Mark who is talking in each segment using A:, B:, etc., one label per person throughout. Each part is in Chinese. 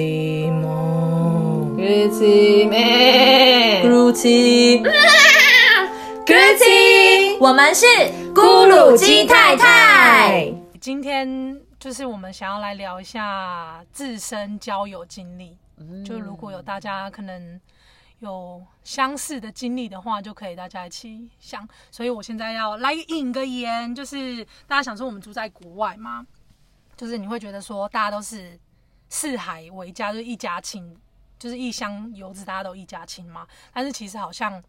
A: 그지모
B: Greeting，哎
A: 그루지 그루지
C: 我们是咕噜鸡太太。
D: 今天就是我们想要来聊一下自身交友经历，就如果有
C: 嗯
D: 大家可能有相似的经历的话，就可以大家一起想。所以我现在要来引个言，就是大家想说我们住在国外嘛，就是你会觉得说大家都是四海为家，就是一家亲，就是一乡游子，大家都一家亲嘛。但是其实好像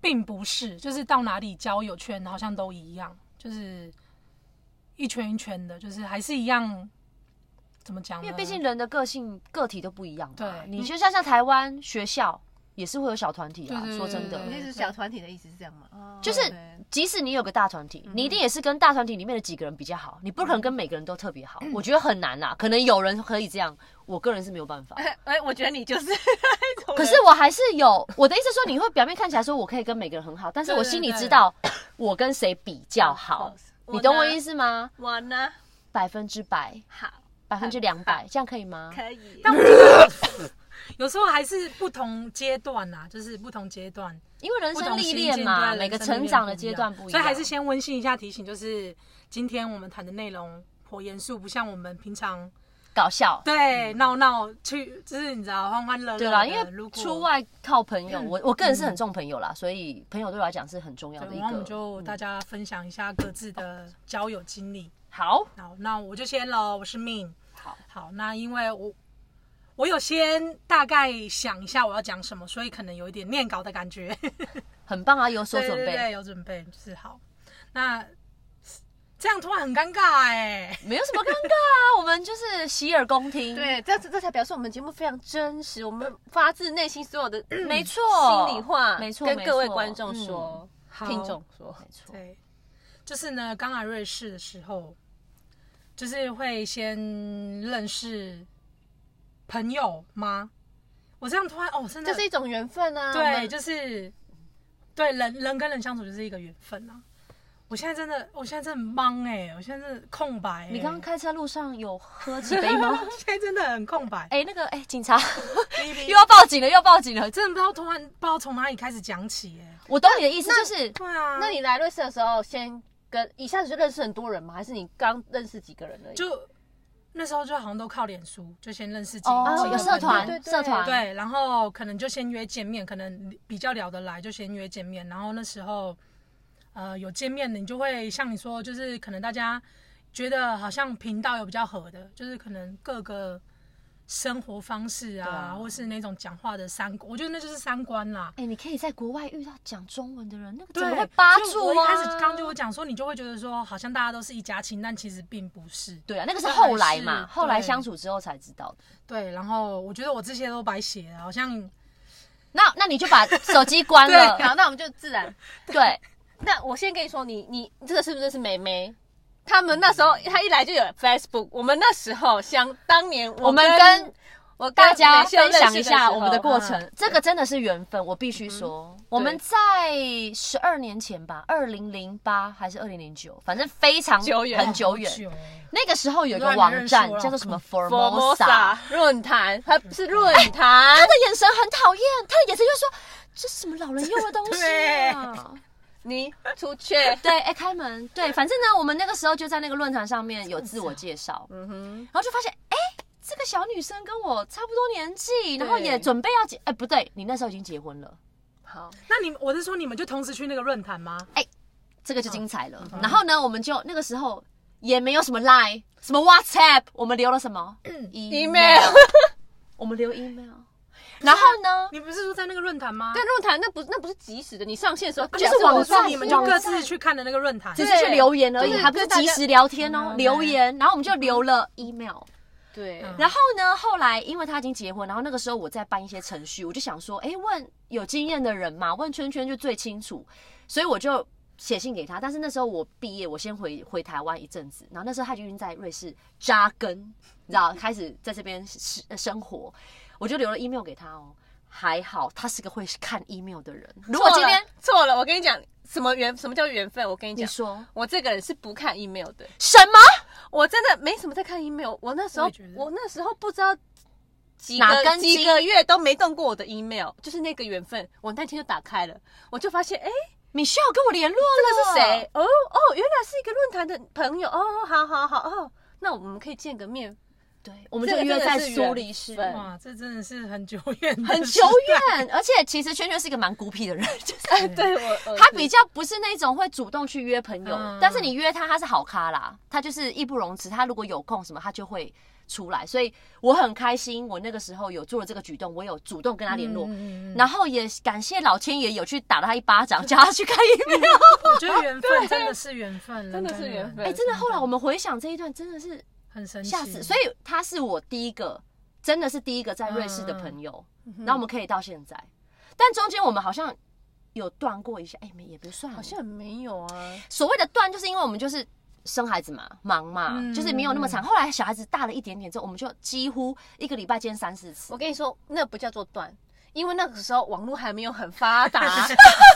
D: 并不是，就是到哪里交友圈好像都一样，就是一圈一圈的，就是还是一样，怎么讲呢？
C: 因为毕竟人的个性个体都不一样嘛，
D: 嗯对
C: 你就像像台湾学校也是会有小团体啊
D: 对。对
C: 说真的
D: 对，嗯
B: 那
D: 对
B: 是小团体的意思是这样吗？哦
C: 就是
B: 对
C: 即使你有个大团体，
D: 嗯
C: 你一定也是跟大团体里面的几个人比较好，你不可能跟每个人都特别
D: 嗯
C: 好。我觉得很难啊啦，可能有人可以这样，我个人是没 有办法。
B: 哎哎，我觉得你就是 那种人
C: 可是我还是有我的意思说，你会表面看起来说我可以跟每个人很好，但是我心里知道我跟谁比较好，你懂我意？思吗？
B: 呢我呢？
C: 百分之百，
B: 好，
C: 百分之两百，这样可以吗？
B: 可以。
D: 但我觉得有时候还是不同阶段呐、就是不同阶段、
C: 因为人
D: 不
C: 生
D: 同
C: 历
D: 心
C: 练
D: 境对啊
C: 嘛，
D: 人
C: 每个
D: 生
C: 成
D: 历练
C: 长的阶段不一样，
D: 所以还是先温馨一下提醒，就是今天我们谈的内容颇严肃，不像我们平常
C: 搞笑。
D: 对闹闹去，就是你知道欢欢乐乐的。
C: 嗯对啦，因
D: 啊如
C: 为
D: 果
C: 出外靠朋友，我我个人是很重朋友啦，所以朋友对我来讲是很重要
D: 对，
C: 的一
D: 然后我们
C: 个。嗯
D: 就大家分享一下各自的交友经历。
C: 好，
D: 好，那我就先喽，我是 Min。
C: 好，
D: 好，那因为我我有先大概想一下我要讲什么，所以可能有一点念稿的感觉。
C: 很棒啊，有所
D: 对
C: 准
D: 对
C: 备，
D: 对，有准备就是好。那这样突然很尴尬哎、
C: 没有什么尴尬啊，我们就是洗耳恭听，，
B: 对，这这才表示我们节目非常真实，我们发自内心所有 的
C: 没错，
B: 心里话，
C: 没错，
B: 跟各位
C: 没错
B: 观众说，
D: 好
B: 听众说，
C: 嗯没错，
D: 对，就是呢，刚来瑞士的时候，就是会先认识朋友吗？我这样突然哦，真的
B: 这是一种缘分啊。我
D: 对，
B: 们
D: 就是对人人跟人相处就是一个缘分啊。我现在真的，我现在真的很懵哎、我现在真的空白、欸。
C: 你刚刚开车路上有喝几杯吗？
D: 现在真的很空白，
C: 哎，那个哎，警察
D: 哔
C: 又要报警了，又要报警了，这
D: 真的不知道突然不知道从哪里开始讲起哎、
C: 我懂你的意思，就是
D: 对啊，
B: 那你来瑞士的时候，先跟一下子就认识很多人吗？还是你刚认识几个人而已？
D: 就那时候就好像都靠脸书，就先认识几
C: 哦
D: 几个朋
C: 有社
D: 友
B: 对对
C: 团，
B: 对
C: 社团，
D: 对，然后可能就先约见面，可能比较聊得来就先约见面。然后那时候，呃，有见面的你就会像你说，就是可能大家觉得好像频道有比较合的，就是可能各个生活方式啊，
C: 对啊
D: 或是那种讲话的三，我觉得那就是三观啦。
C: 哎、你可以在国外遇到讲中文的人，那个怎
D: 对，
C: 么会扒
D: 所以
C: 住
D: 我一
C: 啊？
D: 开始刚刚就有讲说，你就会觉得说，好像大家都是一家亲，但其实并不是。
C: 对啊，那个是后来嘛，
D: 对
C: 后来相处之后才知道的。
D: 对，然后我觉得我这些都白写了，好像
C: 那那你就把手机关
D: 对啊
C: 了，
B: 好，那我们就自然。
C: 对，
B: 那我先跟你说，你你这个是不是是妹妹？他们那时候他一来就有 Facebook，我们那时候想当年
C: 我们
B: 跟
C: 跟
B: 我跟
C: 大家
B: 美秀认识
C: 分享一下
B: 时候
C: 我们的过
D: 嗯
C: 程，这个真的是缘分，我必须说，我们在十二年前吧，二零零八还是二零零九，反正非常
B: 久远
C: 很久远
D: 好。久哦
C: 那个时候有一个
D: 乱
C: 网
D: 认识
C: 站
D: 我老
C: 叫做 什么
B: Formosa
C: Formosa，
B: 论坛，它是论坛
C: 他。的眼神很讨厌，他的眼神就说这是什么老人用的东西 啊。
B: 你出去，
C: 对，哎、开门，对，反正呢，我们那个时候就在那个论坛上面有自我介绍，嗯哼，然后就发现，哎、这个小女生跟我差不多年纪，然后也准备要结，哎、不对，你那时候已经结婚了，
B: 好，
D: 那你我是说你们就同时去那个论坛吗？
C: 这个就精彩了。然后呢，我们就那个时候也没有什么 Line，什么 WhatsApp，我们留了什么
B: Email
C: 我们留 email，然后呢，
D: 你不是说在那个论坛吗？
B: 但论坛那不那不是即时的，你上线的时候
D: 啊，
C: 就
D: 就是
C: 是网
D: 我说
C: 站
D: 你们就
C: 网
D: 各
C: 站
D: 自去看的那个论坛。
C: 只
B: 对
C: 是去留言而已，
B: 就是
C: 还不是
B: 跟大
C: 即
B: 家
C: 时聊天哦，
D: 嗯
C: 留言，然后我们就留了 email。
B: 对，
D: 嗯
C: 然后呢，后来因为他已经结婚，然后那个时候我在办一些程序，我就想说，哎，问有经验的人嘛，问圈圈就最清楚，所以我就写信给他。但是那时候我毕业，我先回回台湾一阵子，然后那时候他就已经在瑞士扎根， 你知道，开始在这边生生活，我就留了 email 给他哦。还好他是个会看 email 的人。如果今天
B: 错了错了，我跟你讲，什么缘什么叫缘分？我跟你
C: 你
B: 讲，
C: 说
B: 我这个人是不看 email 的，
C: 什么，
B: 我真的没什么在看 email，我那时候
D: 我也觉得
B: 我那时候不知道几
C: 哪
B: 个
C: 根筋
B: 几个月都没动过我的 email，就是那个缘分，我那天就打开了，我就发现哎。
C: 米秀跟我联络了，
B: 这是谁？？哦哦，原来是一个论坛的朋友。哦，好好好哦，那我们可以见个面，
C: 对，我们就
B: 这个
C: 约在
B: 真的是
C: 苏
B: 缘
C: 黎世。
B: 分
D: 哇，这真的是很久远的，
C: 很久。远，而且其实圈圈是一个蛮孤僻的人， 就是
B: 哎，对我，我
C: 他
B: 是
C: 比较不是那种会主动去约朋友，
D: 嗯
C: 但是你约他，他是好咖啦，他就是义不容辞，他如果有空什么，他就会出来，所以我很开心，我那个时候有做了这个举动，我有主动跟他联络。
D: 嗯，
C: 然后也感谢老天爷有去打了他一巴掌，叫他去看医院。
D: 我觉得缘分真的是缘分，
B: 真的
D: 人
B: 是
D: 跟人
B: 缘分
C: 哎、真的，后来我们回想这一段，真的是
D: 很神奇。
C: 吓死。所以他是我第一个，真的是第一个在瑞士的朋友，
B: 嗯
C: 然后我们可以到现在，但中间我们好像有断过一下，哎、没也不算，
B: 好像没有啊。
C: 所谓的断，就是因为我们就是生孩子嘛，忙嘛，
D: 嗯
C: 就是没有那么长。后来小孩子大了一点点之后，我们就几乎一个礼拜见三四次
B: 我。跟你说，那不叫做断，因为那个时候网络还没有很发 达，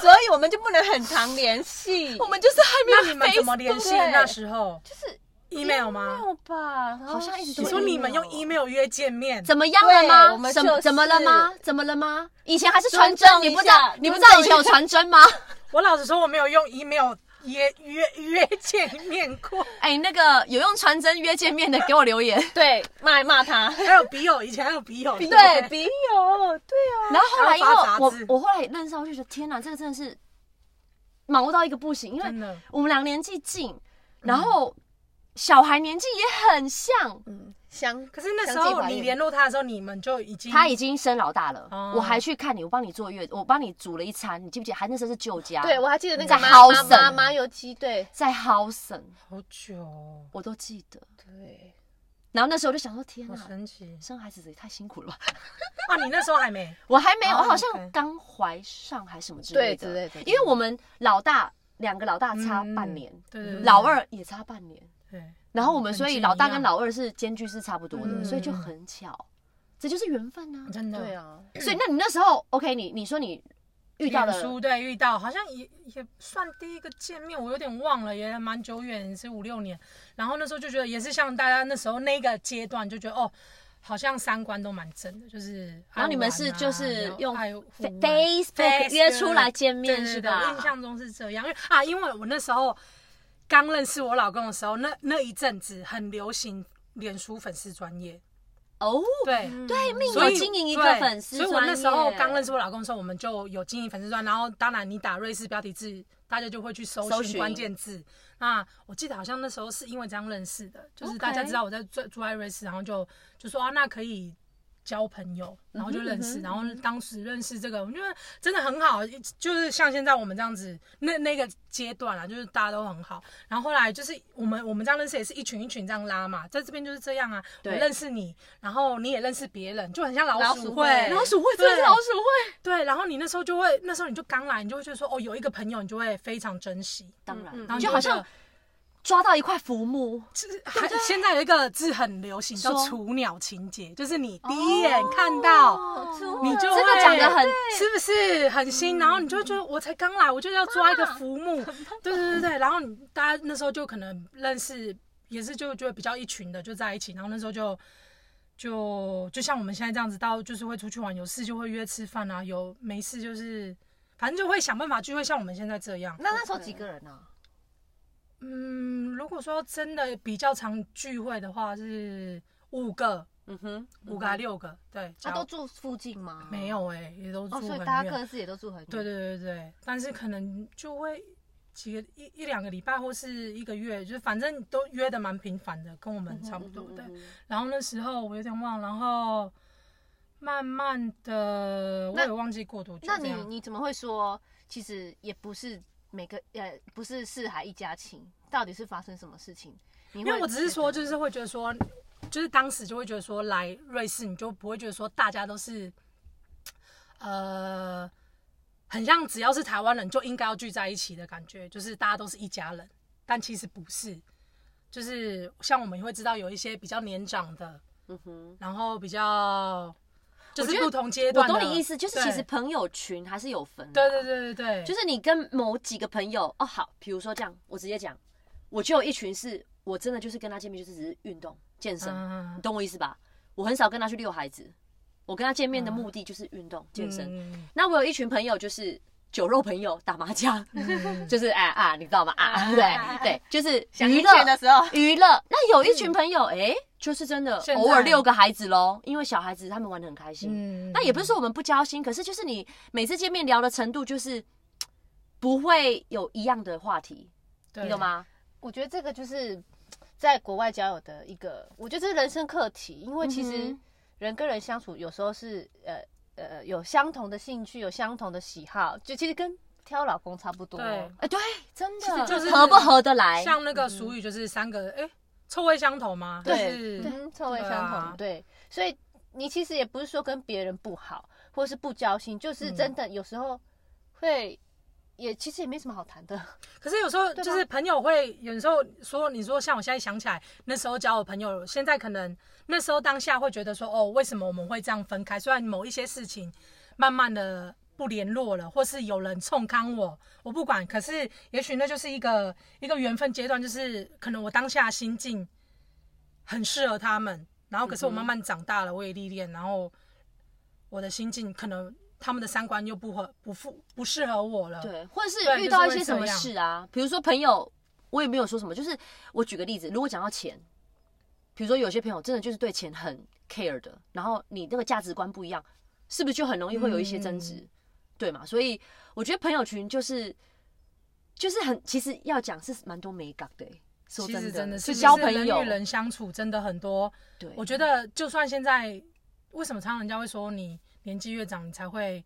B: 所以我们就不能很常联系。
C: 我们就是还没有
D: 那你们怎么联系？
B: 对
D: 那时候
B: 就是
D: email 吗
B: 没？有吧？
C: 好像一直都
D: 你说你们用 email 约见面，
C: 怎么样了
B: 对我
C: 吗？
B: 们
C: 怎
B: 就是
C: 怎么了吗？怎么了吗？以前还是传
B: 尊
C: 真，
B: 重一
C: 你
B: 下
C: 不知道你不知
B: 尊
C: 道
B: 重
C: 以
B: 一下
C: 前有传 真吗？
D: 我老实说，我没有用 email 约约约见面过。
C: 哎，那个有用传真约见面的，给我 留言。
B: 对骂骂 他，
D: 还有笔友，以前还有笔友，
B: 对笔友，对啊，
C: 然后后来因
D: 还
C: 为
D: 要发
C: 我
D: 杂志
C: 我我后来认识到，我就觉得天哪，这个真的是忙到一个不行，因为
D: 真的
C: 我们俩年纪近，然后小孩年纪也很像，
B: 嗯，相
D: 可是那时候你联络他的时候，你们就已经
C: 他已经生老大了，
D: 哦
C: 我还去看你，我帮你做月，我帮你煮了一餐，你记不记得？还那时候是旧家，
B: 对，我还记得那
C: 在
B: 个麻
C: Hausen
B: 麻麻麻油鸡，对
C: 在 Housen，
D: 好久哦，
C: 我都记得。
B: 对，
C: 然后那时候我就想说，天
D: 好
C: 哪，
D: 神奇
C: 生孩子也太辛苦了吧！
D: 啊！你那时候还没，
C: 我还没有，
D: 哦
C: 我好像
D: OK
C: 刚怀上还什么之
B: 对
C: 类的，
B: 之类的
C: 因为我们老大两个老大差
D: 嗯
C: 半年，
D: 对对对
C: 老二也差半年，
D: 对，
C: 然后我们
D: 很
C: 所以
D: 近
C: 老大
D: 一样
C: 跟老二是间距是差不多的，
D: 嗯
C: 所以就很巧，这就是缘分啊。
D: 真的
B: 对啊，
C: 所以那你那时候 OK，你你说你遇到
D: 嗯脸
C: 了
D: 书对遇到，好像也也算第一个见面，我有点忘了，也蛮久远，也是五六年。然后那时候就觉得也是像大家那时候那个阶段，就觉得哦，好像三观都蛮正的，就是爱玩啊、
C: 然后你们是就是
D: 然后
C: 用
D: 爱护啊
C: fa- Facebook 约出来见面
D: 对对
C: 是
D: 对
C: 吧
D: 我印象中是这样，因为啊，因为我那时候刚认识我老公的时候，那那一阵子很流行脸书粉丝专业，
C: 哦，
D: 对，
B: 嗯
C: 对，命
D: 嗯所
C: 有
D: 以
C: 经营一个
D: 对
C: 粉丝
D: 所以
C: 专业，
D: 我那时候刚认识我老公的时候，我们就有经营粉丝专，然后当然你打瑞士标题字，大家就会去搜
C: 搜寻
D: 寻关键字。那我记得好像那时候是因为这样认识的，就是
C: OK
D: 大家知道我在住住在瑞士，然后就就说啊，那可以。交朋友，然
C: 嗯
D: 后就认识，然后当时认识这个，我觉得真的很好，就是像现在我们这样子，那那个阶段啊，就是大家都很好。然后后来就是我们我们这样认识也是一群一群这样拉嘛，在这边就是这样啊，我
C: 对
D: 认识你，然后你也认识别人，就很像老
B: 老
D: 鼠
B: 鼠
D: 会，
B: 会
C: 老鼠会真
D: 对
C: 的哦是老鼠会，
D: 对，然后你那时候就会，那时候你就刚来，你就会觉得说，哦，有一个朋友，你就会非常珍惜。
C: 当
B: 嗯
D: 然后
C: 然
D: 你
C: 就好
D: 觉得
C: 像抓到一块浮木，
D: 是还现在有一个字很流行，叫
C: 说
D: 雏鸟情节，就是你第一眼看到。你就
C: 真
D: 会
C: 的讲得很
D: 是不是很
B: 嗯
D: 新？然后你就会觉得我才刚来，我就要抓一个浮木，对对对对。然后你大家那时候就可能认识，也是就就会比较一群的就在一起。然后那时候就就就像我们现在这样子，到就是会出去玩，有事就会约吃饭啊，有没事就是反正就会想办法聚会，像我们现在这样。
B: 那那
C: 那时候几个人啊？
D: 嗯，如果说真的比较常聚会的话，是五个，
B: 嗯哼，
D: 五个还六个，对，
B: 他
D: 假
B: 哦都住
D: 如
B: 附近吗？
D: 没有哎、也都住
B: 哦，
D: 很
B: 所以
D: 远。
B: 大家各自也都住很远。
D: 对对对对，但是可能就会几个一一两个礼拜或是一个月，就是反正都约的蛮频繁的，跟我们差不多
B: 嗯
D: 对。然后那时候我有点忘，然后慢慢的我
B: 那
D: 也忘记过多久这
B: 那
D: 样。
B: 你你怎么会说，其实也不是每个呃，不是四海一家亲，到底是发生什么事情？因
D: 因为我只是说，就是会觉得说，就是当时就会觉得说，来瑞士你就不会觉得说大家都是，呃，很像只要是台湾人就应该要聚在一起的感觉，就是大家都是一家人，但其实不是。就是像我们也会知道有一些比较年长的，
C: 嗯哼，
D: 然后比较就
C: 我
D: 是
C: 觉得
D: 不同阶
C: 我
D: 段的。
C: 懂你意思，就是其实
D: 对
C: 朋友群还是有分的啊，
D: 对对对对对，
C: 就是你跟某几个朋友哦，好，比如说这样，我直接讲，我就有一群是我真的就是跟他见面就是只是运动健身，你
D: 嗯，
C: 懂我意思吧？我很少跟他去遛孩子，我跟他见
D: 嗯
C: 面的目的就是运动健身。那我有一群朋友就是酒肉朋友打麻将，
D: 嗯
C: 就是哎啊，你知道吗？啊，
B: 啊
C: 对对， 就是
B: 想
C: 娱
B: 赢
C: 乐
B: 钱的时候，
C: 娱乐。那有一群朋友，哎，就是真的
D: 嗯现在
C: 偶尔遛个孩子喽，因为小孩子他们玩的很开心。
D: 嗯
C: 那也不是说我们不交心，可是就是你每次见面聊的程度就是嘖不会有一样的话题，
D: 对
C: 你懂？吗？
B: 我觉得这个就是在国外交友的一个，我觉得这是人生课题，因为其
C: 嗯
B: 实
C: 哼
B: 人跟人相处有时候是呃呃有相同的兴趣，有相同的喜好，就其实跟挑老公差不多。
D: 对
C: 哎，对，真的
D: 就是
C: 合不合得来，
D: 像那个俗语就是三个哎，臭味相投吗？
B: 对
D: 就是
B: 嗯，臭味
D: 对
B: 相
D: 啊
B: 同，对，所以你其实也不是说跟别人不好，或是不交心，
D: 嗯
B: 就是真的有时候会。也其实也没什么好谈的，
D: 可是有时候就是朋友会，有时候说你说像我现在想起来那时候交我朋友，现在可能那时候当下会觉得说哦，为什么我们会这样分开？虽然某一些事情慢慢的不联络了，或是有人冲康我，我不管。可是也许那就是一个一个缘分阶段，就是可能我当下心境很适合他们，然后可是我慢慢长大了，我也历练，然后我的心境可能他们的三观又不合不符不适合我了。
C: 对，或者是
D: 对
C: 遇到一
D: 就是
C: 些
D: 会
C: 什么
D: 这样
C: 事啊，比如说朋友，我也没有说什么，就是我举个例子，如果讲到钱，比如说有些朋友真的就是对钱很 care 的，然后你那个价值观不一样，是不是就很容易会有一些争执，
D: 嗯
C: 对嘛？所以我觉得朋友群就是就是很，其实要讲是蛮多美感的、欸，说
D: 其
C: 真
D: 实
C: 的，
D: 真的
C: 去
D: 是
C: 交
D: 其实
C: 朋友
D: 人，与人相处真的很多。
C: 对，
D: 我觉得就算现在，为什么常常人家会说你年纪越长，你才会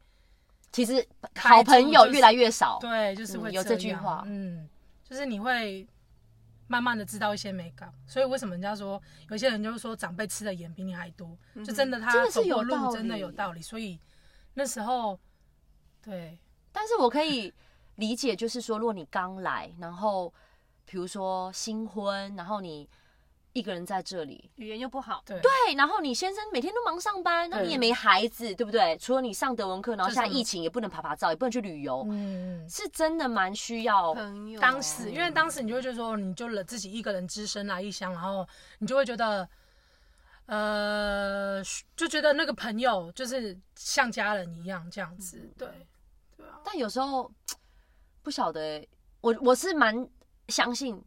C: 其实
D: 开
C: 好
D: 出
C: 朋友
D: 就是
C: 越来越少，
D: 对，就是会、
C: 嗯有这句话
D: 嗯，就是你会慢慢的知道一些美感。所以为什么人家说有些人就是说长辈吃的盐比你还多，就真的
C: 真
D: 他
C: 的是
D: 走
C: 有
D: 过
C: 道
D: 路真的有
C: 理
D: 道理。所以那时候，对，
C: 但是我可以理解，就是说，如果你刚来，然后比如说新婚，然后你一个人在这里，
B: 语言又不好，
D: 对，
C: 对，然后你先生每天都忙上班，那你也没孩子，对
D: 嗯
C: 不对？除了你上德文课，然后
D: 这是
C: 现在
D: 什么
C: 疫情也不能爬爬照，也不能去旅游，
D: 嗯。
C: 是真的蛮需要。
B: 朋友
D: 当时，因为当时你就会觉得说，你就了自己一个人只身来异乡，然后你就会觉得，呃，就觉得那个朋友就是像家人一样这样子，对，嗯对啊，
C: 但有时候不晓得欸、我我是蛮相信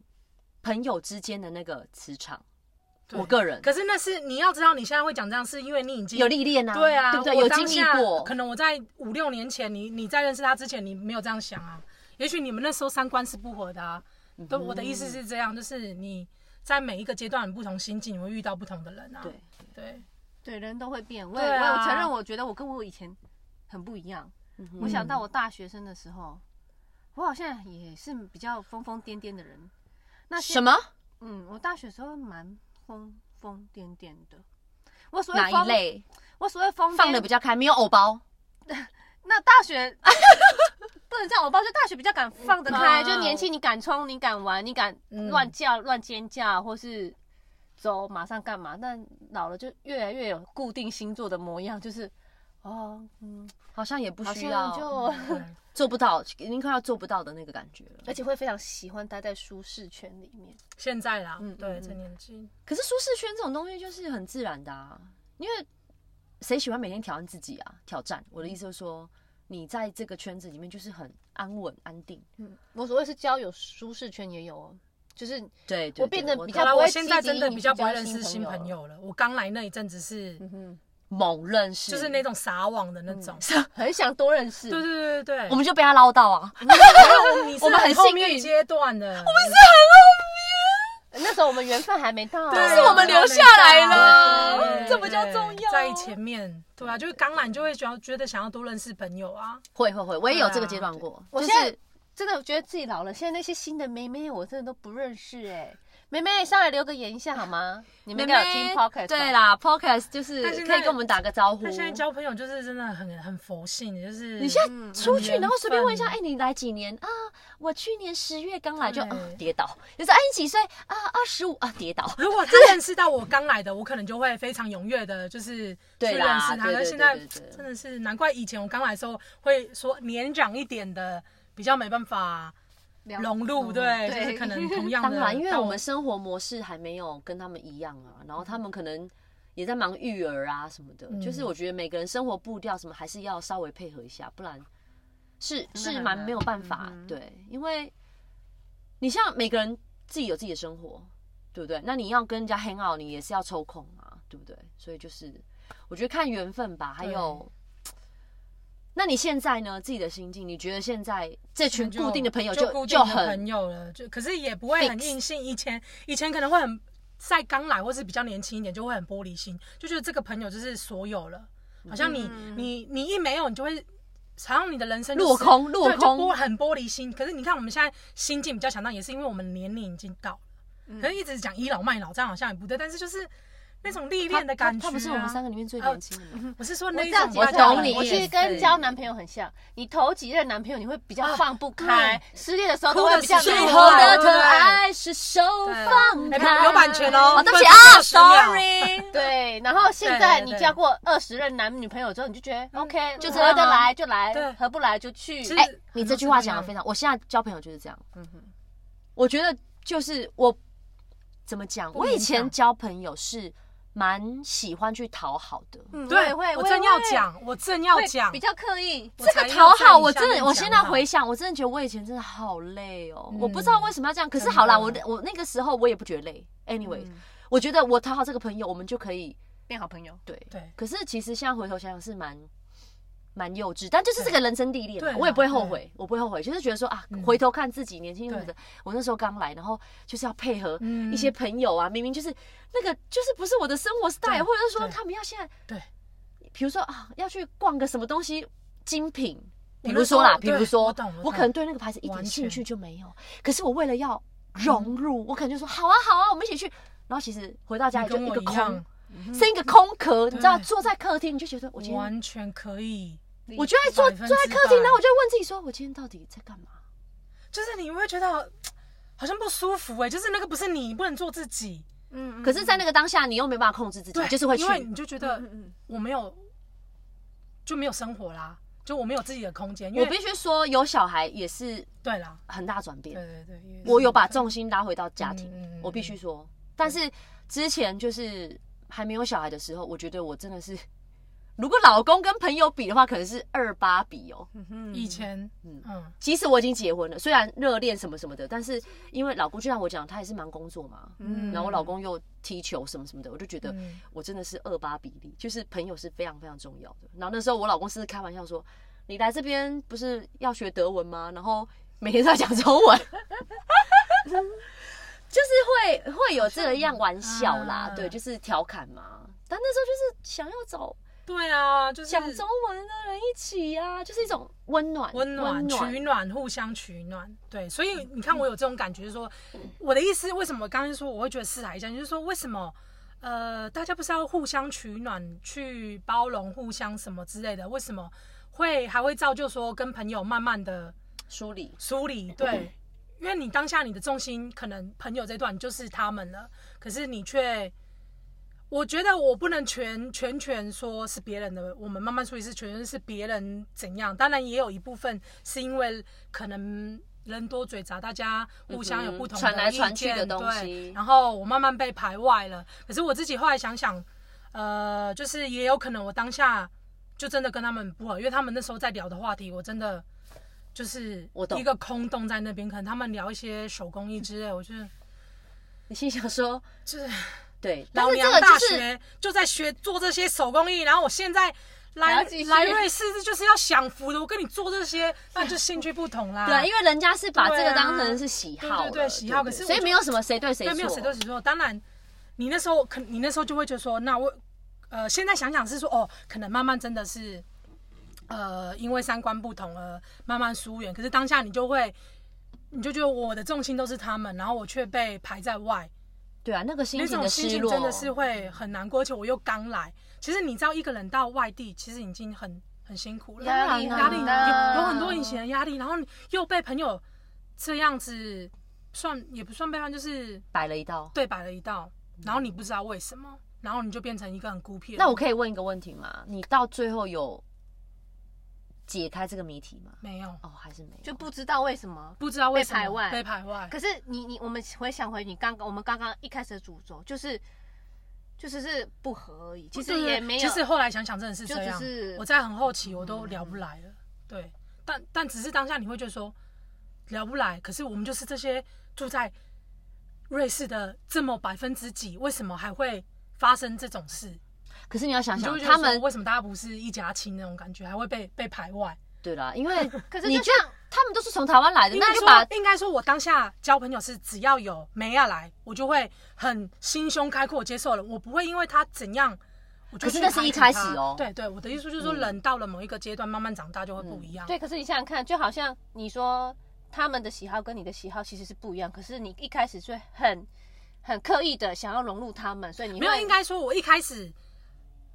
C: 朋友之间的那个磁场，
D: 对
C: 我个人
D: 可是那是你要知道，你现在会讲这样，是因为你已经
C: 有历练啊，
D: 对啊，
C: 对不对？
D: 我
C: 有经
D: 当
C: 历
D: 下
C: 过，
D: 可能我在五六年前，你你在认识他之前，你没有这样想啊。也许你们那时候三观是不合的啊。
C: 嗯
D: 对，我的意思是这样，就是你在每一个阶段不同心境，你会遇到不同的人啊。
C: 对。
D: 对，
B: 对人都会变，我也、
D: 对啊
B: 我也承认，我觉得我跟我以前很不一样。
C: 嗯哼
B: 我想到我大学生的时候，我好像也是比较疯疯癫癫的人。那些
C: 什么
B: 嗯，我大学时候蛮疯疯癫癫的。我所谓
C: 哪
B: 疯
C: 一？类
B: 我所谓疯癫
C: 放的比较开，没有偶包。
B: 那大学 不能这样，我包就大学比较敢放得开，
D: 嗯
B: 就年轻你敢冲，你敢玩，你敢
D: 嗯
B: 乱叫、乱尖叫，或是走马上干嘛。但老了就越来越有固定星座的模样，就是哦，嗯，
C: 好像也不
B: 好
C: 需
B: 像
C: 要，
B: 就。
D: 对
C: 做不到，已经快要做不到的那个感觉了。
B: 而且会非常喜欢待在舒适圈里面。
D: 现在啦，
B: 嗯
D: 对，
B: 嗯
D: 这
B: 嗯
D: 年纪，
C: 可是舒适圈这种东西就是很自然的啊，因为谁喜欢每天挑战自己啊？挑战，我的意思就是说，你在这个圈子里面就是很安稳、安定。
B: 嗯，我所谓是交友舒适圈也有哦，就是
C: 对，对
B: 我变得
C: 对
B: 比
C: 懂
B: 较
D: 好啦，
B: 不会
D: 我现在
B: 积极
D: 真的
B: 引
D: 比
B: 去
D: 较不
B: 交
D: 会认识
B: 新
D: 新
B: 朋友
D: 朋友了。我刚来那一阵子是，
B: 嗯
C: 猛认识，
D: 就是那种撒网的那种。
B: 哼，很想多认识。
D: 对对对对对，
C: 嗯我们就被他捞到 啊。
D: 们你是
C: 我们很
D: 后
C: 幸
D: 面
C: 运
D: 阶段的，我们
B: 那时候我们缘分还没到，
D: 对
C: 是我们留下来了
D: 对对对
C: 这不叫重要
D: 在前面，对啊，就是刚来你就会觉得觉得想要多认识朋友啊，
C: 会会会，我也有这个阶段过。
B: 我
C: 就
B: 现
C: 是
B: 在真的觉得自己老了。现在那些新的妹妹，我真的都不认识哎、妹妹上来留个言一下好吗？你们应该有听 podcast
C: 对
B: 啦，
C: 啦，podcast 就是
D: 但现在
C: 可以跟我们打个招呼。
D: 他现在交朋友就是真的很很佛性，就是
C: 你现在
B: 嗯
C: 出去，
D: 很
C: 然后随便问一下，
D: 缘
C: 哎、
D: 分
C: 你来几年啊？我去年十月刚来就
D: 对
C: 啊跌倒，你说哎你几岁啊？二十五啊跌倒，
D: 如果他认识到我刚来的，我可能就会非常踊跃的，就是去
C: 对
D: 认识
C: 啦
D: 他。
C: 对
D: 但
C: 对
D: 现在
C: 对对对
D: 真的是难怪以前我刚来的时候会说年长一点的比较没办法
B: 了
D: 融入，对，
B: 对
D: 就是可能 同样的
C: 哦当
D: 道，
C: 然，因为我们生活模式还没有跟他们一样啊，然后他们可能也在忙育儿啊什么的，就是
D: 嗯
C: 我觉得每个人生活步调什么还是要稍微配合一下，不然是
B: 真的
C: 是
B: 很
C: 蛮
B: 难
C: 没有办法、
B: 嗯哼
C: 对，因为你像每个人自己有自己的生活，对不对？那你要跟人家 hang out，你也是要抽空啊，对不对？所以就是我觉得看缘分吧，还有。那你现在呢？自己的心境，你觉得现在这群
D: 就
C: 固定的朋友
D: 就
C: 就
D: 固定的
C: 很
D: 朋友了，就可是也不会很
C: fix
D: 硬性。以前以前可能会很在刚来或是比较年轻一点，就会很玻璃心，就觉得这个朋友就是所有了，好像你、
B: 嗯
D: 你你一没有，你就会好像你的人生就
C: 落
D: 是
C: 空落
D: 对就
C: 空
D: 玻很玻璃心。可是你看我们现在心境比较强大，也是因为我们年龄已经到了，
C: 嗯
D: 可是一直讲倚老卖老，这样好像也不对，但是就是那种历练的感觉、啊
C: 他他不是我们三个里面最年轻的 吗？
D: 我是说
B: 我
D: 那
B: 这样
D: 种
B: 子
C: 我
D: 比较
C: 懂你
B: 我
C: 意
B: 其实
C: 思
B: 跟交男朋友很像，你头几任男朋友你会比较放不开，失恋的时候都
D: 啊哭
B: 会
D: 的
B: 比较
D: 时候
B: 难
D: 对
C: 最
B: 过
C: 后的
D: 对
C: 疼爱是手放
D: 对
C: 开，
D: 有版权哦
C: 啊对不起
D: 不
C: 啊
D: 能十秒
C: ，sorry。
B: 对，然后现在
D: 对对
B: 你
D: 对
B: 交过二十任男女朋友之后，你就觉得 OK，
D: 就
B: 合
D: 这样啊
B: 得来就
D: 对
B: 来，合不来就去。
D: 其实
C: 哎
D: 很多，
C: 你这句话
D: 是
C: 讲的
D: 样
C: 非常，我现在交朋友就是这样。
B: 嗯哼
C: 我觉得就是我怎么讲，
D: 不
C: 我以
D: 影
C: 前
D: 响
C: 交朋友是蛮喜欢去讨好的。
B: 嗯
D: 对，
B: 会会
D: 我
B: 会
D: 正要
B: 会
D: 讲，我正要
B: 会
D: 讲
B: 比，较刻意。
D: 我
C: 这
D: 才
C: 个
D: 要
C: 讨
D: 在
C: 好，
D: 你
C: 我
D: 下
C: 真的，
D: 面
C: 我
D: 讲
C: 现在
D: 嘛
C: 回想，我真的觉得我以前真的好累哦，我不知
D: 嗯
C: 道为什么要这样。可是
D: 真
C: 好啦，
D: 的
C: 我我那个时候我也不觉得累。Anyway，、
B: 嗯
C: 我觉得我讨好这个朋友，我们就可以
B: 变好朋友，
C: 对
D: 对
C: 可是其实现在回头想想是蛮蛮幼稚，但就是这个人生历练
D: 对
C: 嘛
D: 啦，
C: 我也不会后悔，我不会后悔，就是觉得说啊，
D: 嗯
C: 回头看自己年轻的时候
D: 对，
C: 我那时候刚来，然后就是要配合
D: 嗯
C: 一些朋友啊，明明就是那个就是不是我的生活 style，
D: 对
C: 或者是说
D: 对
C: 他们要现在
D: 对，
C: 比如说啊要去逛个什么东西精品。
D: 我
C: 比
D: 那
C: 如
D: 时候
C: 说啦，比
D: 对
C: 如说
D: 我懂我，
C: 我可
D: 懂
C: 能对那个牌子一
D: 完
C: 点
D: 全
C: 兴趣就没有，可是我为了要融入，我可能就说好啊好啊，我们一起去。然后其实回到家
D: 嗯你
C: 里就
D: 跟
C: 一
D: 我
C: 个
D: 一
C: 空
D: 样，，
C: 剩一个空壳，你知道，
D: 嗯对
C: 坐在客厅你就觉得我今天，
D: 完全可以。
C: 我就在
D: 百
C: 坐坐
D: 分之
C: 在客厅，
D: 百
C: 然后我就会问自己说，我今天到底在干嘛？
D: 就是你会觉得好好像不舒服哎、就是那个不是你，你不能做自己，
B: 嗯
C: 可是，在那个当下，你又没办法控制自己，
D: 对，
C: 你就是会去
D: 因。为你就觉得
B: 嗯
D: 我没有就没有生活啦，就我没有自己的空间，因
C: 我
D: 为
C: 必须说，有小孩也是
D: 对啦，
C: 很大转
D: 对
C: 变，
D: 对对，因为
C: 我有把重心拉回到家庭
D: 嗯嗯嗯，
C: 我必须说。但是之前就是还没有小孩的时候，我觉得我真的是，如果老公跟朋友比的话，可能是二八比哦。
B: 嗯
D: 以前
C: 嗯
D: 嗯
C: 即使我已经结婚了，虽然热恋什么什么的，但是因为老公就像我讲，他也是忙工作嘛，
D: 嗯
C: 然后我老公又踢球什么什么的，我就觉得
D: 嗯
C: 我真的是二八比例，就是朋友是非常非常重要的。然后那时候我老公甚至开玩笑说：“你来这边不是要学德文吗？然后每天都在讲中文。” 就是会会有这样玩笑啦，
D: 啊
C: 对，就是调侃嘛。但那时候就是想要找
D: 对啊，就是
C: 讲中文的人一起呀、就是一种温暖、嗯
D: 温暖、取暖，互相取暖。对，所以你看，我有这种感觉，就是说我的意思，为什么刚刚说我会觉得四海一家，就是说为什么呃，大家不是要互相取暖、去包容、互相什么之类的，为什么会还会造就说跟朋友慢慢的
C: 梳理。
D: 梳
C: 嗯
D: 理？对，因为你当下你的重心可能朋友这段你就是他们了，可是你却。我觉得我不能全全全说是别人的，我们慢慢处理是全全是别人怎样。当然也有一部分是因为可能人多嘴杂，大家互相有不同
C: 传来
D: 的意
C: 传去的
D: 见，
C: 东
D: 对
C: 西。
D: 然后我慢慢被排外了。可是我自己后来想想，呃，就是也有可能我当下就真的跟他们不合，因为他们那时候在聊的话题，我真的就是
C: 我懂
D: 一个空洞在那边。可能他们聊一些手工艺之类，我就是
C: 你心想说，
D: 就是。
C: 对，但
D: 老
C: 是这
D: 娘
C: 个
D: 大
C: 就是
D: 学就在学做这些手工艺，然后我现在
B: 还
D: 来
B: 要继续
D: 来瑞士就是要享福的，我跟你做这些，那就兴趣不同啦。
C: 对，因为人家是把
D: 啊对啊
C: 这个当成是喜好
D: 对
C: 了，
D: 对对喜好
C: 对
D: 可是我
C: 所以
D: 就
C: 没有什么谁对谁
D: 对，
C: 错，
D: 没有谁对谁错。当然，你那时候可你那时候就会觉得说，那我呃，现在想想是说，哦，可能慢慢真的是呃，因为三观不同而慢慢疏远。可是当下你就会，你就觉得我的重心都是他们，然后我却被排在外，
C: 对啊，那个心
D: 啊那
C: 情
D: 种
C: 的
D: 心
C: 失
D: 情
C: 落
D: 真的是会很难过。而且我又刚来，其实你知道，一个人到外地，其实已经很很辛苦了。
B: 压力
C: 当然
D: 压力
B: 很
C: 啊
B: 大
D: 有有很多隐形的压力，然后你又被朋友这样子算也不算背叛，就是
C: 摆了一道。
D: 对摆了一道，然后你不知道为什么，然后你就变成一个很孤僻的人。
C: 那我可以问一个问题吗？你到最后有解开这个谜题吗？
D: 没有，
C: 哦，还是没有，
B: 就不知道为什么。
D: 不知道为什么
B: 被排外
D: 被排外。
B: 可是你你我们回想回你刚刚我们刚刚一开始的主轴就是就是是不合而已，其实
D: 对对
B: 也没有。
D: 其实后来想想真的是
B: 就
D: 这样
B: 只是，嗯
D: 我在很后期我都聊不来了。对，但但只是当下你会觉得说聊不来，可是我们就是这些住在瑞士的这么百分之几，为什么还会发生这种事？
C: 可是你要想
D: 你就
C: 想
D: 会，觉得
C: 他
D: 说
C: 们
D: 为什么大家不是一家亲那种感觉，还会被被排外？
C: 对啦，因 为
B: 可是
C: 你
B: 就
C: 就
B: 像
C: 他们都是从台湾来的，
D: 应
C: 那
D: 该
C: 就把
D: 说，应该说，我当下交朋友是只要有梅亚来，我就会很心胸开阔接受了，我不会因为他怎样。我就
C: 可是
D: 去
C: 那是一
D: 排
C: 开
D: 挤他
C: 始哦
D: 对对，我的意思就是说，
C: 嗯
D: 人到了某一个阶段，慢慢长大就会不一样。
B: 对，可是你想想看，就好像你说他们的喜好跟你的喜好其实是不一样，可是你一开始却很很刻意的想要融入他们，所以你
D: 没有，
B: 会
D: 应该说，我一开始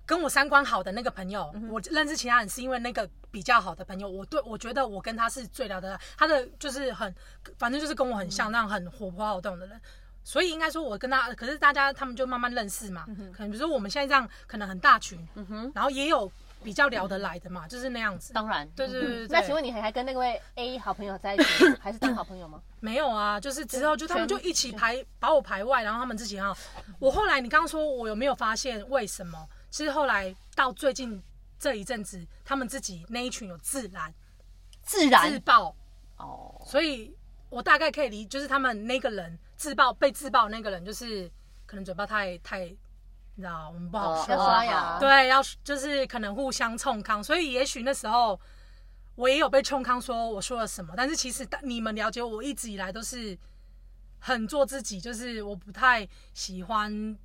D: 跟我三观好的那个朋友，
B: 嗯
D: 我认识其他人是因为那个比较好的朋友，我对我觉得我跟他是最聊得来，他的就是很，反正就是跟我很
B: 嗯
D: 像，那样很活泼好动的人。所以应该说，我跟他，可是大家他们就慢慢认识
B: 嗯
D: 嘛，可能比如说我们现在这样，可能很大群，然后也有比较聊得来的嘛，就是那样子。
C: 当然
D: 对对对对对。
B: 嗯那请问你还还跟那位 A 好朋友在一起吗，还是当好朋友 吗？
D: 没有啊，就是之后就他们就
B: 全
D: 一起排把我排外，然后他们自己很好。我后来你刚刚说我有没有发现为什么？其实后来到最近这一阵子，他们自己那一群有自燃
C: 自
D: 自
C: 然
D: 爆，
C: 哦，
D: 所以我大概可以理，就是他们那个人自爆被自爆那个人，就是可能嘴巴太太，你知道我们不好
C: 哦
D: 说
B: 要，刷牙
C: 哦
D: 对，要就是可能互相冲康，所以也许那时候我也有被冲康说我说了什么，但是其实大你们了解我一直以来都是很做自己，就是我不太喜欢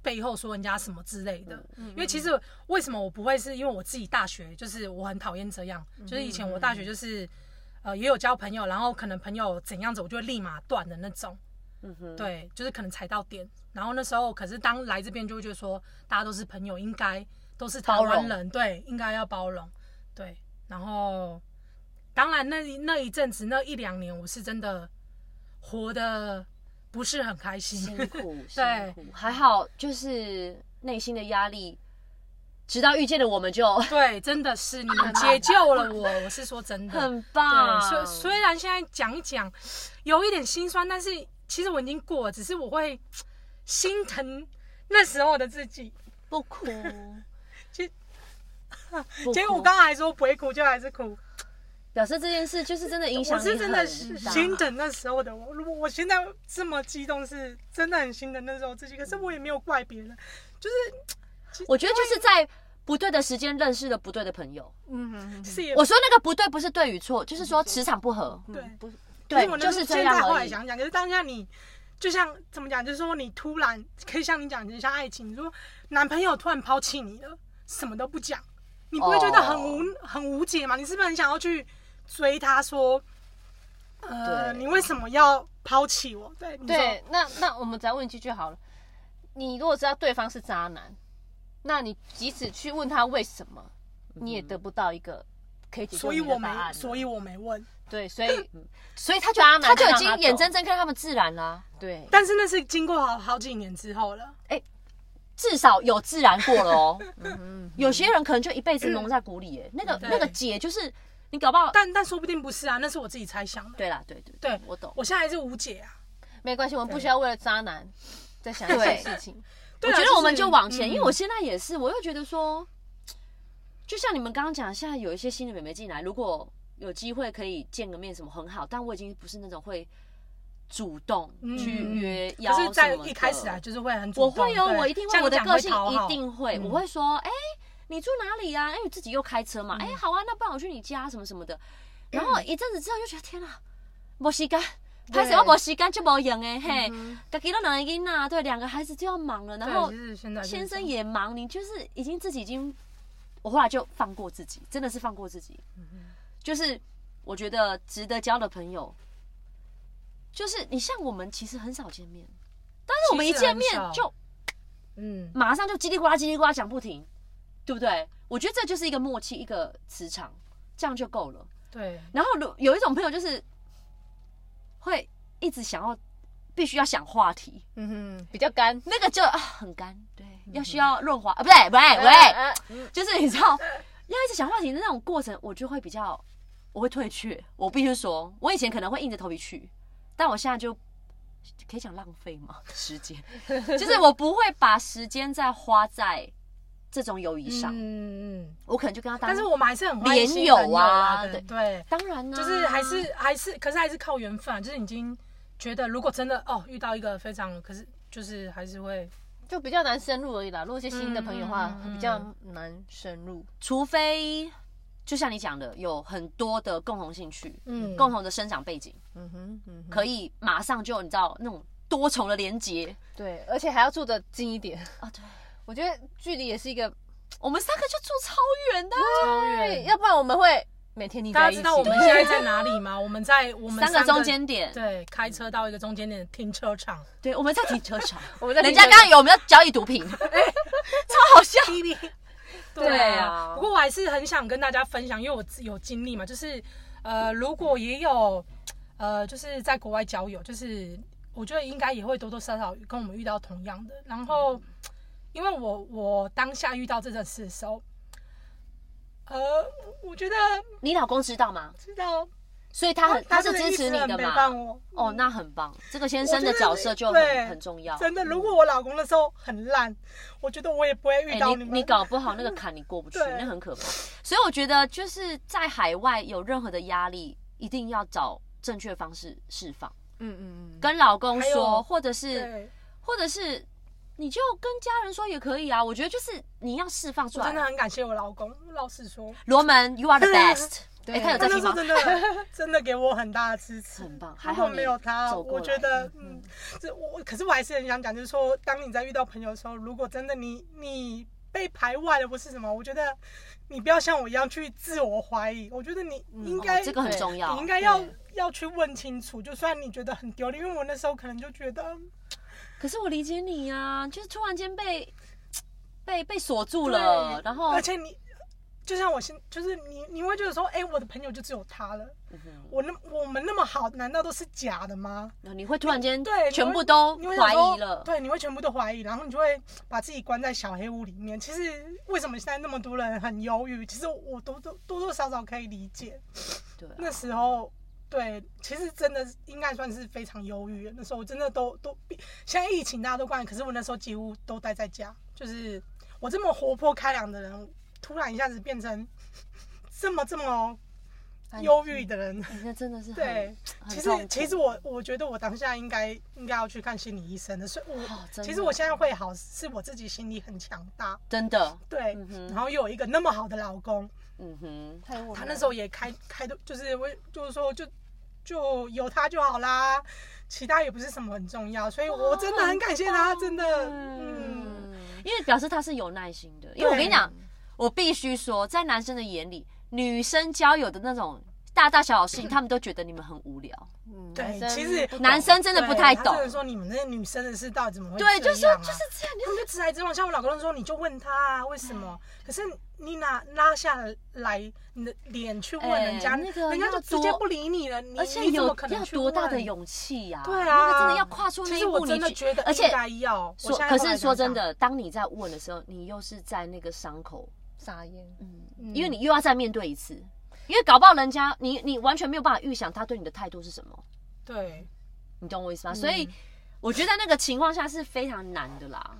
D: 背后说人家什么之类的。因为其实为什么我不会，是因为我自己大学就是我很讨厌这样，就是以前我大学就是。呃，也有交朋友，然后可能朋友怎样子，我就会立马断的那种。
C: 嗯哼，
D: 对，就是可能踩到点。然后那时候，可是当来这边就会觉得说，大家都是朋友，应该都是台
C: 包容
D: 湾人，对，应该要包容，对。然后，当然那一那一阵子那一两年，我是真的活的不是很开心
C: 辛。 苦辛苦，还好就是内心的压力，直到遇见了我们就
D: 对，真的是你们解救了我，我是说真的。
C: 很
D: 对，
C: 棒，
D: 虽虽然现在讲一讲有一点心酸，但是其实我已经过了，只是我会心疼那时候的自己。
C: 不哭，
B: 嗯
D: 其
C: 不哭
D: 结果我刚刚还说不会哭，就还是哭。
C: 表示这件事就是真的影响
D: 我
C: 你
D: 是真的
C: 很大
D: 心疼那时候的我，如果我现在这么激动，是真的很心疼那时候自己。可是我也没有怪别人，就是
C: 我觉得就是在不对的时间认识了不对的朋友。
B: 嗯，
D: 是也
C: 我说那个不对不是对与错，就是说磁场不合，
D: 对
B: 嗯不是
C: 对
D: 我，那
C: 就是
D: 现
C: 这
D: 在
C: 样
D: 后
C: 而
D: 来
C: 已。
D: 想想，可是当下你就像怎么讲，就是说你突然可以像你讲，就像爱情，你说男朋友突然抛弃你了，什么都不讲，你不会觉得很
C: 哦
D: 无、很无解吗？你是不是很想要去追他说，呃，
C: 对
D: 你为什么要抛弃我？对，你说
B: 对，那那我们只要问一句就好了。你如果知道对方是渣男，那你即使去问他为什么，你也得不到一个可以解决
D: 嗯所以
B: 你
D: 我
B: 的
D: 没
B: 答案，了。啊
D: 所以我没问。
B: 对，所以
C: 所以他就
B: 渣男
C: 他就已
B: 让
C: 经
B: 他走
C: 眼睁睁跟他们自然啦、
B: 对，
D: 但是那是经过好好几年之后了，
C: 至少有自然过了哦。
B: 嗯
C: 有些人可能就一辈子蒙在鼓里、耶那个
D: 对
C: 那个结就是你搞不好。
D: 但但说不定不是啊，那是我自己猜想的。
C: 对啦，对对
D: 对
C: 我懂。
D: 我现在还是无解啊。
B: 没关系，我们不需要为了渣男再想一
C: 对
B: 些事情。
D: 对
C: 我
D: 啊
C: 觉得我们
D: 是
C: 就往前，
D: 嗯
C: 因为我现在也是，我又觉得说，就像你们刚刚讲，现在有一些新的妹妹进来，如果有机会可以见个面什么很好，但我已经不是那种会主动去
D: 嗯
C: 约邀
D: 可
C: 什
D: 是，
C: 么
D: 在
C: 的
D: 一开始啊，就是会很主
C: 我
D: 动。
C: 会哦，
D: 对
C: 我一定会，
D: 像
C: 我
D: 你
C: 的
D: 讲
C: 个性
D: 讨
C: 一
D: 好
C: 定会，
D: 嗯
C: 我会说，哎、你住哪里呀、啊？哎、我自己又开车嘛，哎、
D: 嗯
C: 好啊，那不然我去你家什么什么的。然后一阵子之后就觉得，天啊，没时间，拍什
B: 对
C: 么没时间就没用哎，嘿
D: 嗯，
C: 自己都两个囡呐，对，两个孩子就要忙了，然
D: 对
C: 后
D: 就是现在就是
C: 先
D: 这
C: 生
D: 样
C: 也忙，你就是已经自己已经，我后来就放过自己，真的是放过自己，
D: 嗯
C: 就是我觉得值得交的朋友，就是你像我们其实很少见面，但是我们
D: 其
C: 一
D: 实
C: 见
D: 很
C: 面
D: 少
C: 就
D: 嗯，
C: 马上就叽里呱啦叽里呱啦讲不停，对不对？我觉得这就是一个默契，一个磁场，这样就够了。
D: 对，
C: 然后如有一种朋友就是会一直想要，必须要想话题，
D: 嗯哼，
B: 比较干，
C: 那
D: 嗯
B: 呃
C: 个就、啊、很干，对，要需要润滑啊，不对不对喂，就是你知道要一直想话题的那种过程，我就会比较，我会退却。我必须说，我以前可能会硬着头皮去，但我现在就可以讲浪费吗？时间，就是我不会把时间再花在这种友谊上，
D: 嗯嗯，
C: 我可能就跟他当。
D: 但是我们还是很欢
C: 连
D: 喜
C: 友
D: 朋友
C: 啊
D: 啊，对
C: 对
D: 对，
C: 当然啊呢、
D: 就是还是还是，可是还是靠缘分啊，就是已经觉得如果真的哦遇到一个非常，可是就是还是会
B: 就比较难深入而已啦。如果是新的朋友的话，
D: 嗯嗯嗯
B: 比较难深入。
C: 除非就像你讲的，有很多的共同兴趣，
D: 嗯
C: 共同的生长背景，
B: 嗯哼，嗯哼，
C: 可以马上就你知道那种多重的连接
B: 对，而且还要住的近一点。
C: 啊。对，
B: 我觉得距离也是一个
C: 我们三个就住超远的，
D: 超
B: 对，
D: 远。
B: 要不然我们会每天腻
D: 大
B: 在一
D: 家
B: 起。
D: 知道我们现在在哪里吗？我们在我们
C: 三个中间点，
D: 对，开车到一个中间点的停车场，
C: 对，我们 在停车场，
B: 我们在
C: 人家刚刚有我们在交易毒 品，超好笑。对啊
D: 不过我还是很想跟大家分享，因为我自有经历嘛，就是呃，如果也有呃，就是在国外交友，就是我觉得应该也会多多少少跟我们遇到同样的。然后，因为我我当下遇到这件事的时候，呃，我觉得
C: 你老公知道吗？
D: 知道
C: 所以他很，哦他是
D: 真
C: 支持你
D: 一直
C: 的
D: 很陪伴
C: 嘛？
D: 我
C: 哦，那很棒，这个先生的角色就
D: 我觉得对
C: 很很重要。嗯
D: 真的，如果我老公那时候很烂，我觉得我也不会遇
C: 哎、
D: 到
C: 你
D: 们。
C: 你搞不好那个坎你过不去，
D: 对
C: 那很可怕。所以我觉得就是在海外有任何的压力，一定要找正确方式释放，
A: 嗯嗯嗯，
C: 跟老公
D: 还有
C: 说，或者是
D: 对，
C: 或者是你就跟家人说也可以啊。我觉得就是你要释放出
D: 我真的
C: 来。
D: 很感谢我老公。老实说，
C: 罗门，You are the best。哎、他
D: 啊
C: 有
D: 他那
C: 在听
D: 时候
C: 吗？
D: 真的 真的给我很大的支持，
C: 很棒还
D: 如
C: 好
D: 果
C: 你
D: 没有他，
C: 走过
D: 我
C: 来
D: 觉得嗯，这我可是我还是很想讲，就是说，当你在遇到朋友的时候，如果真的你你被排外了或是什么，我觉得你不要像我一样去自我怀疑，我觉得你应该、
C: 哦这个很重要
D: 你应。该要
B: 对
D: 要去问清楚，就算你觉得很丢脸，因为我那时候可能就觉得嗯
C: 可是我理解你啊，就是突然间被被被锁住了，
D: 对
C: 然后
D: 而且你。就像我现，就是你，你会觉得说，哎、我的朋友就只有他了，我那我们那么好，难道都是假的吗？
C: 嗯你会突然间
D: 对，
C: 全
D: 你
C: 部
D: 会
C: 都
D: 你会想
C: 怀
D: 说
C: 疑了。
D: 对，你会全部都怀疑，然后你就会把自己关在小黑屋里面。其实为什么现在那么多人很忧郁？其实我多多多多少少可以理解，
C: 对啊
D: 那时候。对，其实真的应该算是非常忧郁的。那时候我真的都都，现在疫情大家都关，可是我那时候几乎都待在家。就是我这么活泼开朗的人，突然一下子变成 这么这么忧郁的人，
C: 哎那真的是很
D: 对，
C: 很
D: 其
C: 痛苦
D: 实其实我我觉得我当下应该应该要去看心理医生的，所以我、
C: 哦真的
D: 其实我现在会好，是我自己心理很强大，
C: 真的，
D: 对，
C: 嗯哼
D: 然后又有一个那么好的老公，
C: 嗯哼，
B: 太我
D: 他那时候也开开的，就是我就是说就就有他就好啦，其他也不是什么很重要，所以我真的很感谢他，真的，嗯，
C: 因为表示他是有耐心的。因为我跟你讲，我必须说，在男生的眼里，女生交友的那种大大小 小事情，他们都觉得你们很无聊，
B: 嗯
D: 对，其实
C: 男生真的不太
D: 对
C: 懂
D: 他真。的说你们那些女生的事到底怎么会
C: 对，就是
D: 这样啊
C: 就是这样，
D: 他们就直来直往，像我老公说，你就问他啊，为什么？可是你拿拉下来你的脸去问人家，
C: 哎那个
D: 人家
C: 要
D: 就直接
C: 多
D: 不理你了。你
C: 而且
D: 你怎
C: 有
D: 么可能
C: 要
D: 去
C: 多大的
D: 问？
C: 勇气呀、
D: 对啊，
C: 那个真的要跨出那
D: 其
C: 一
D: 实
C: 步，
D: 我真
C: 你
D: 的
C: 去
D: 觉得，
C: 而且
D: 应该要。我
C: 说，
D: 现在
C: 可
D: 后来
C: 是说
D: 想
C: 真
D: 想，
C: 的，当你在问的时候，你又是在那个伤口，
B: 傻眼，
D: 嗯
C: 因为你又要再面对一次，因为搞不好人家你你完全没有办法预想他对你的态度是什么。
D: 对，
C: 你懂我意思
D: 嗯
C: 吗？所以我觉得那个情况下是非常难的啦。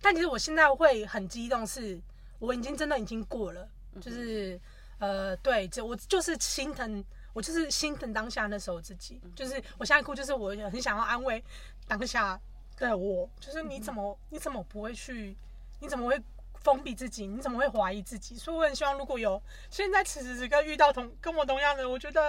D: 但其实我现在会很激动，是我已经真的已经过
C: 嗯
D: 了，就是呃，对，这我就是心疼，我就是心疼当下那时候自己，
C: 嗯
D: 就是我现在哭，就是我很想要安慰当下的我，就是
C: 嗯
D: 你怎么你怎么不会去，你怎么会？封闭自己，你怎么会怀疑自己？所以我很希望，如果有现在此时此刻遇到同跟我同样的人，我觉得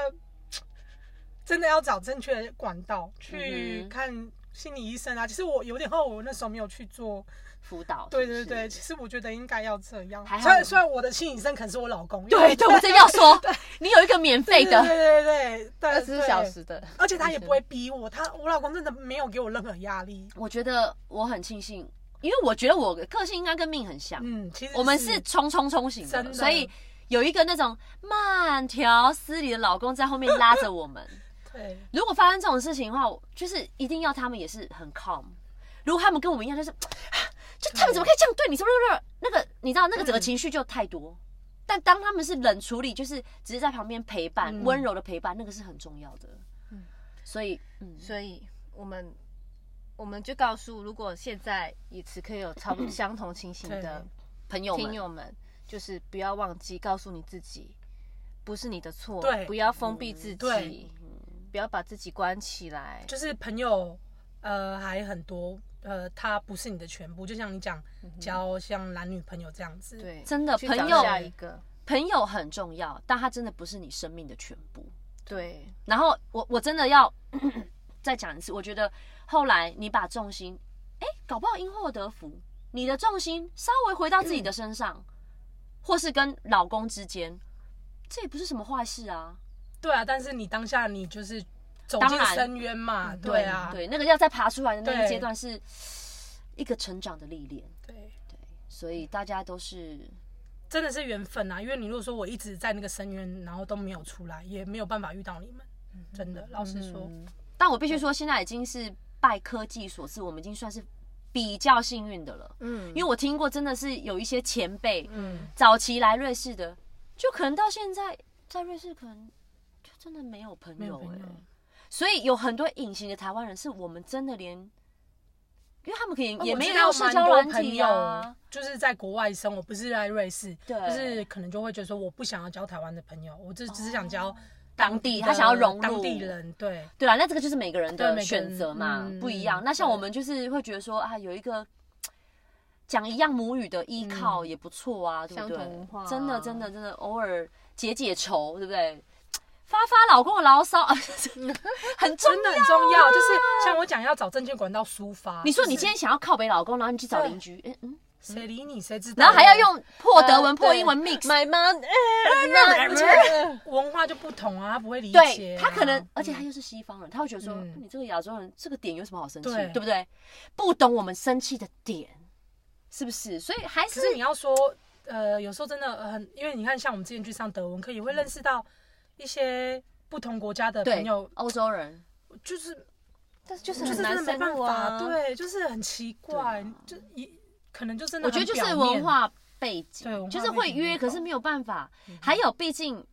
D: 真的要找正确的管道
C: 嗯
D: 去
C: 哼
D: 看心理医生啊。其实我有点后悔，我那时候没有去做
C: 辅导是不
D: 对
C: 是，
D: 对对，其实我觉得应该要这样
C: 还。好
D: 虽然
C: 你
D: 虽然我的心理医生可能是我老公，
C: 对对，我真 要说，你有一个免费
D: 对对
C: 的，
D: 对对对，
B: 二
D: 二
B: 十四小，时的，
D: 而且他也不会逼我，他我老公真的没有给我任何压力。
C: 我觉得我很庆幸，因为我觉得我的个性应该跟命很像，
D: 嗯，其实
C: 我们是冲冲冲型
D: 真
C: 的，
D: 的
C: 所以有一个那种慢条斯理的老公在后面拉着我 们。
D: 对
C: 如果发生这种事情的话，我就是一定要他们也是很 calm。如果他们跟我们一样，啊
D: 嗯
C: 就是就他们怎么可以这样对你？什么什么什么那个，你知道那个整个情绪就太多。但当他们是冷处理，就是只是在旁边陪伴，温、柔的陪伴，那个是很重要的。
D: 嗯
C: 所以，嗯，
B: 所以我们我们就告诉，如果现在也此刻有差不多相同情
D: 嗯
B: 形的
C: 朋友
B: 听
C: 们，
B: 友们，就是不要忘记告诉你自己，不是你的错，
D: 对
B: 不要封闭自
D: 对
B: 己，不要把自己关起来，
D: 就是朋友，呃，还很多，呃，他不是你的全部，就像你讲
C: 嗯
D: 交像男女朋友这样子，，
B: 对，
C: 真的
B: 去
C: 朋
B: 找
C: 友
B: 下一个，
C: 朋友很重要，但他真的不是你生命的全部。
B: 对，
C: 然后我我真的要 再讲一次，我觉得后来你把重心，哎、搞不好因祸得福，你的重心稍微回到自己的身上，或是跟老公之间，这也不是什么坏事啊。
D: 对啊，但是你当下你就是走
C: 当
D: 进
C: 然嗯
D: 深渊嘛，
B: 对
D: 对啊，
C: 对，那个要再爬出来的那
D: 对
C: 个阶段是一个成长的历练，
D: 对，
C: 所以大家都是
D: 真的是缘分啊，因为你如果说我一直在那个深渊，然后都没有出来，也没有办法遇到你们，
C: 嗯
D: 真的，老实说，
C: 但我必须说，现在已经是拜科技所赐，我们已经算是比较幸运的了。
B: 嗯
C: 因为我听过，真的是有一些前辈，
D: 嗯，
C: 早期来瑞士的，就可能到现在在瑞士，可能就真的没有朋
D: 没有
C: 友
D: 朋
C: 哎、
D: 友
C: 所以有很多隐形的台湾人，是我们真的连，因为他们可以
D: 啊
C: 也
D: 我
C: 没
D: 知
C: 有
D: 道
C: 社
D: 蛮
C: 交
D: 多
C: 软
D: 朋
C: 体
D: 友
C: 啊。
D: 就是在国外生活，不是在瑞士，
C: 对
D: 就是可能就会觉得说我不想要交台湾的朋友，我只只是想交
C: 当地
D: 的
C: 哦他想要融入
D: 当地人，对，
C: 对啊，那这个就是每个人
D: 对每
C: 的
D: 个
C: 选
D: 人
C: 择嘛，
D: 嗯
C: 不一样。那像
D: 对
C: 我们就是会觉得说啊，有一个讲一样母语的依
D: 嗯
C: 靠也不错啊，对不对？
B: 相同文化啊
C: 真的，真的，真的，偶尔解解愁，对不对？发发老公的牢骚， 啊很重 啊
D: 真的很重要。就是像我讲要找证券管道抒发，
C: 你说你
D: 就是
C: 今天想要靠北老公，然后你去找
D: 对
C: 邻居，嗯嗯，
D: 谁理你，谁知道？啊
C: 然后还要 用破德文、
B: 呃
C: 破英文
B: 对
C: mix，
B: My mom，
D: 而且文化就不同啊，他不会理解
C: 对
D: 啊，
C: 他可能，而且他又是西方人，他会觉得说
D: 嗯
C: 你这个亚洲人这个点有什么好生气，
D: 对
C: 对不对？不懂我们生气的点，是不是？所以还
D: 可
C: 是
D: 是你要说，呃，有时候真的呃很，因为你看，像我们之前去上德文课，也会认识到一些不同国家的朋
C: 对
D: 友，
C: 欧洲人，
D: 就是
B: 但是就是
D: 就是
B: 很
D: 真
B: 难
D: 的没
B: 深
D: 办
B: 入
D: 法，
B: 啊，，
D: 对，就是很奇怪，就一可能就真的
C: 啊我觉得
D: 很
C: 就是
D: 表
C: 文
D: 面，
C: 化背景
D: 对文，化
C: 就是
D: 背
C: 会
D: 景不嗯
C: 约，可是
D: 同
C: 没有办法。还有，毕竟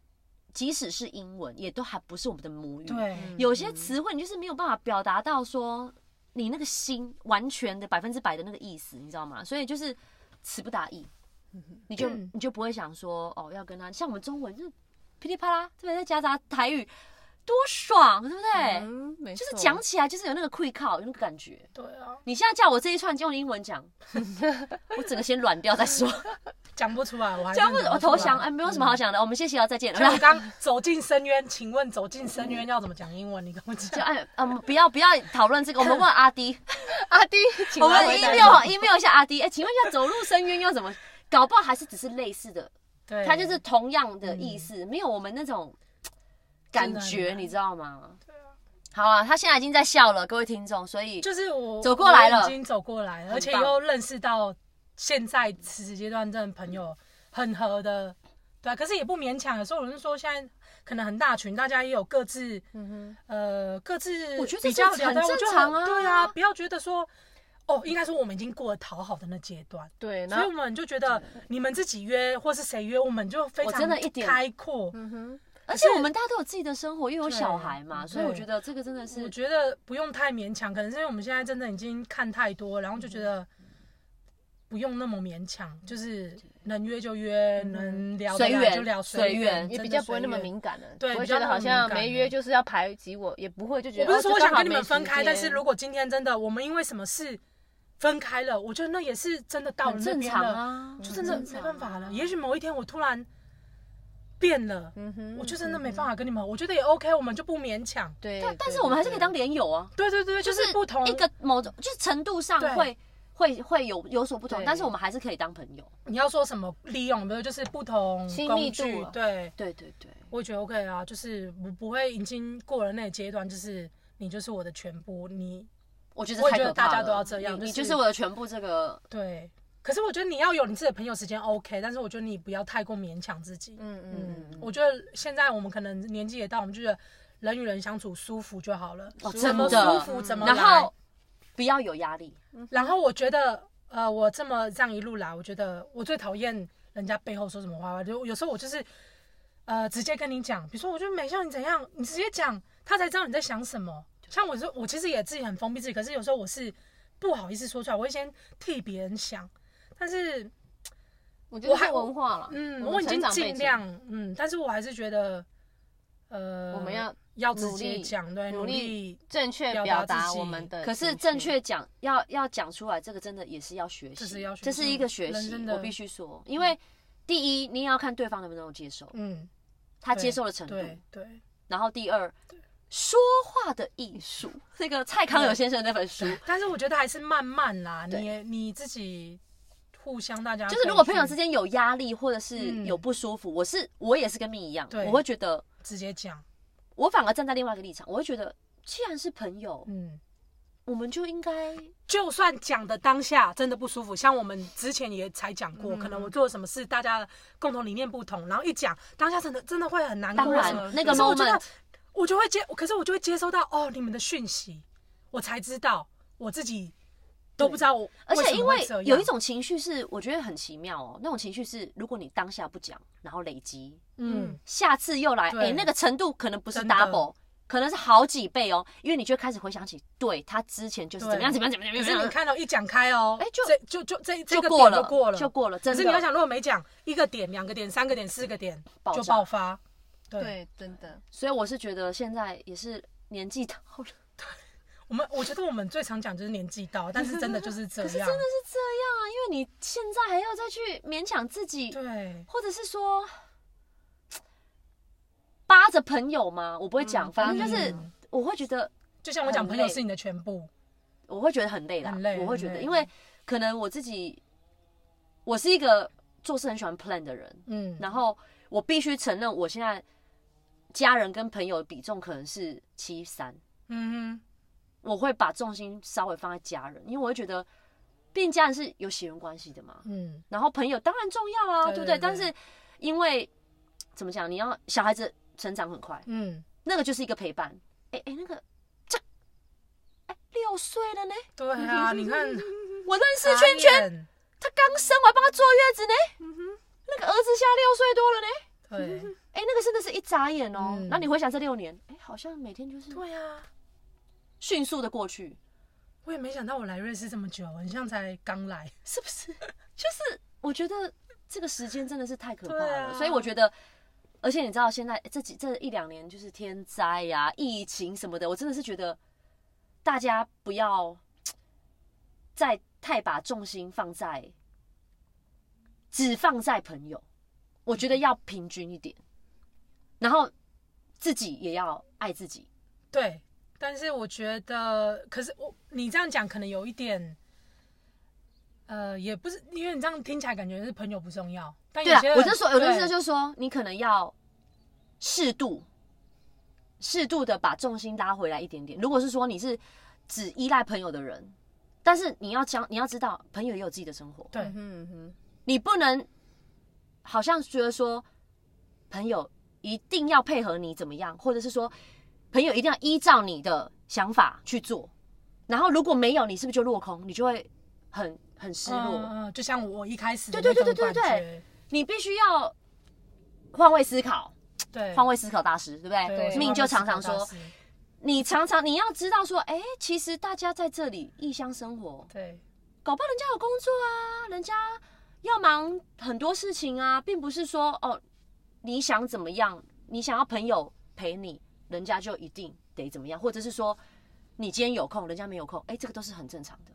C: 即使是英文，也都还不是我们的母语，
D: 对，
C: 有些词汇你就是没有办法表达到说你那个心完全的百分之百的那个意思，你知道吗？所以就是词不达意，你就
D: 嗯
C: 你就不会想说哦要跟他像我们中文就是噼里啪啦，这边再夹杂台语，多爽，对不对？
A: 嗯，没
C: 哎就是
A: 错
C: 讲起来就是有那个 quick call，有那个感觉。
D: 对啊，
C: 你现在叫我这一串就用英文讲，我整个先软掉再说，
D: 讲不出来，我还
C: 这样不
D: 真的
C: 我
D: 讲
C: 投
D: 不出来
C: 降， 哎，没有什么好讲的，我们谢谢哦了，再见。
D: 啊就我刚走进深渊，请问走进深渊要怎么讲英文？你跟我
C: 就
D: 讲，
C: 哎，嗯，不要不要讨论这个，我们问阿迪。
B: 阿弟，请
C: 我们
B: 来回答
C: email email 一下阿迪，哎、请问一下，走入深渊要怎么？搞不好还是只是类似的，
D: 对，
C: 它就是同样的意思，没有我们那种感
D: 嗯真的
C: 觉，
D: 很难
C: 你知道吗？好啊，他现在已经在笑了，各位听众，所以
D: 就是我
C: 走过来了
D: 我已经走过来了，而且又认识到现在此时阶段真的朋
C: 嗯
D: 友很合的，对啊、可是也不勉强，有时候有人说现在可能很大群，大家也有各自，呃，各自
C: 嗯我觉得这
D: 比较
C: 是
D: 聊
C: 很
D: 到，我就
C: 正常啊
D: 对啊，不要觉得说。哦，应该说我们已经过了讨好的那阶段，
B: 对，然
D: 所以我
B: 后
D: 们就觉得你们自己约或是谁约，我们就非
C: 我
D: 常
C: 真的一点
D: 开阔。
C: 而且我们大家都有自己的生活，又有小孩嘛，
D: 对
C: 所以我觉得这个真的是
D: 我觉得不用太勉强，可能是因为我们现在真的已经看太多，然后就
B: 嗯
D: 觉得不用那么勉强，就是能约就约，
B: 嗯
D: 能聊得
C: 随
D: 来
C: 缘
D: 就聊，
C: 随缘
B: 也比较不会那么
D: 感。
B: 敏感了，
D: 对
B: 不会
D: 比较
B: 觉得好
D: 那么敏
B: 像
D: 感
B: 没
D: 了
B: 约就是要排挤我，也不会就觉
D: 我
B: 得
D: 不是说我想跟你们
B: 哦这刚好
D: 分
B: 没
D: 开，
B: 时间
D: 但是如果今天真的我们因为什么事分开了，我觉得那也是真的嗯到了
C: 很
D: 那
C: 正
D: 边
C: 常
D: 了，
C: 啊，
B: 嗯
D: 就真的
C: 很正
D: 没
C: 常
D: 办法
B: 啊
D: 了。也许某一天我突然变了，
B: 嗯哼
D: 我就真的没办法跟你们，我觉得也 OK，我们就不勉强。
B: 对，
C: 但但
B: 对
C: 是我们还是可以当
B: 对
C: 连友啊，
D: 对对对，就是不同
C: 一个某种就是程度上
D: 对
C: 会会会有有所不同，
B: 对
C: 但是我们还是可以当朋友。
D: 你要说什么利用，没有，就是不同
B: 亲
D: 工
B: 密度
D: 具
B: 啊，
D: 对，
C: 对对对，
D: 我也觉得 OK 啊，就是我不会已经过了那个阶段，就是你就是我的全部，你
C: 我觉得
D: 我也
C: 太
D: 觉得
C: 可怕
D: 大家
C: 了
D: 都要这样
C: 你
D: 就
C: 你就是是我的全部，这个
D: 对。可是我觉得你要有你自己的朋友时间 OK，但是我觉得你不要太过勉强自己。
B: 嗯嗯嗯，
D: 我觉得现在我们可能年纪也到，我们就觉得人与人相处舒服就好了，
C: 哦
D: 怎么
C: 真的
D: 舒服
B: 嗯
D: 怎么
C: 然
D: 来
C: 后不要有压力，
D: 然后我觉得，呃，我这么这样一路来，我觉得我最讨厌人家背后说什么坏话。就有时候我就是呃直接跟你讲，比如说我觉得没像你怎样，你直接讲，他才知道你在想什么。像我说，我其实也自己很封闭自己，可是有时候我是不好意思说出来，我会先替别人想，但是。
B: 我觉得
D: 我还
B: 是文化了，
D: 嗯，
B: 我
D: 我
B: 们
D: 已
B: 成
D: 经
B: 长背
D: 尽
B: 景
D: 量，嗯，但是我还是觉得，呃，
B: 我们要
D: 要直
B: 努
D: 接
B: 力
D: 讲，对，努
B: 努
D: 力
B: 力，正确
D: 表达
B: 表
D: 自
B: 达
D: 己
B: 我们的情绪，
C: 可是正确讲，要要讲出来，这个真的也是要学习，
D: 这是要学习
C: 这是一个学
D: 人
C: 习
D: 生，的
C: 我必须说，因为第一，你也要看对方能不能接受，
D: 嗯，
C: 他
D: 对
C: 接受的程度，
D: 对对，
C: 然后第二，说话的艺术，那个蔡康永先生那本书，
D: 但是我觉得还是慢慢啦，
C: 对
D: 你也你自己互相大家
C: 就是
D: 可以
C: 如果朋友
D: 去
C: 之间有压力或者是
D: 嗯
C: 有不舒服，我是我也是跟蜜一样，
D: 对
C: 我会觉得
D: 直接讲，
C: 我反而站在另外一个立场，我会觉得既然是朋友，
D: 嗯。
C: 我们就应该
D: 就算讲的当下真的不舒服，像我们之前也才讲过，
C: 嗯
D: 可能我做了什么事，大家共同理念不同，然后一讲当下真的真的会很难过
C: 当然
D: 什么的。
C: 那个
D: 可是我觉得
C: moment
D: 我就会接，可是我就会接收到哦你们的讯息，我才知道我自己都不知道我。
C: 而且
D: 什
C: 因
D: 么会
C: 为
D: 这样
C: 有一种情绪是，我觉得很奇妙哦，那种情绪是，如果你当下不讲，然后累积，
D: 嗯，
C: 下次又来，
D: 对
C: 哎、那个程度可能不是
D: 真的
C: double，可能是好几倍哦，因为你就会开始回想起，对他之前就是怎么样
D: 对
C: 怎么样怎么样
D: 可
C: 怎么
D: 是你
C: 样，
D: 看到一讲开哦，
C: 哎就
D: 这就就这这
C: 就
D: 个
C: 过
D: 点
C: 了，
D: 就过了，
C: 就过了，
D: 可
C: 真
D: 是你要
C: 的
D: 想，如果没讲一个点、两个点、三个点、四个点
C: 爆
D: 就
C: 炸
D: 爆发，对，
B: 对，真的，
C: 所以我是觉得现在也是年纪到了，是
D: 我们我觉得我们最常讲就是年纪到，但是 真的就是这样，
C: 这样啊，因为你现在还要再去勉强自己，
D: 对，
C: 或者是说扒着朋友嘛，我不会讲，反正就是
D: 嗯
C: 我会觉得
D: 就像我讲，
C: 很
D: 朋
C: 累
D: 友是你的全部，
C: 我会觉得很累啦，
D: 很累
C: 我会觉
D: 很
C: 得，
D: 累
C: 因为可能我自己，我是一个做事很喜欢 plan 的人，
D: 嗯，
C: 然后我必须承认，我现在家人跟朋友的比重可能是七三，
D: 嗯
C: 我会把重心稍微放在家人，因为我会觉得，毕竟家人是有血缘关系的嘛
D: 哼，嗯，
C: 然后朋友当然重要啊，
D: 对
C: 对不
D: 对对
C: 对？但是因为怎么讲，你要小孩子成长很快，
D: 嗯，
C: 那个就是一个陪伴，哎哎，那个这，哎六岁了呢，
D: 对 啊，你看
C: 我认识圈圈。
D: 圈，
C: 他刚生，我还帮他坐月子呢。
D: 嗯
C: 那个儿子现在六岁多了呢。
D: 对
C: 哎、那个真的是一眨眼哦。
D: 嗯
C: 那、你回想这六年，哎、好像每天就是
D: 对啊，
C: 迅速的过去，
D: 我也没想到我来瑞士这么久，很像才刚来，
C: 是不是？ 就是我觉得这个时间真的是太可怕
D: 对
C: 了，
D: 啊
C: 所以我觉得。而且你知道，现在哎这几这一两年就是天灾呀、疫情什么的，我真的是觉得大家不要再太把重心放在只放在朋友，我觉得要平均一点，然后自己也要爱自己。
D: 对，但是我觉得，可是我你这样讲可能有一点。呃，也不是，因为你这样听起来感觉是朋友不重要，但
C: 对
D: 有
C: 啊
D: 些，人
C: 我就说，有的
D: 对
C: 时候就是说，你可能要适度、适度的把重心拉回来一点点。如果是说你是只依赖朋友的人，但是你要讲，你要知道，朋友也有自己的生活，
D: 对
B: 嗯哼，
C: 你不能好像觉得说朋友一定要配合你怎么样，或者是说朋友一定要依照你的想法去做。然后如果没有，你是不是就落空？你就会很很失落。
D: 嗯嗯，就像我一开始的
C: 对对
D: 那种
C: 对对对
D: 感
C: 对
D: 觉
C: 你必须要换位思考。
D: 对，
C: 换位思考大师，对不对？
D: 对，
C: 命就常常
D: 我
C: 说
D: 是，换位思考大师
C: 你常常你要知道说，哎、其实大家在这里异乡生活，
D: 对，
C: 搞不好人家有工作啊，人家要忙很多事情啊，并不是说哦，你想怎么样，你想要朋友陪你，人家就一定得怎么样，或者是说你今天有空，人家没有空，哎、这个都是很正常的，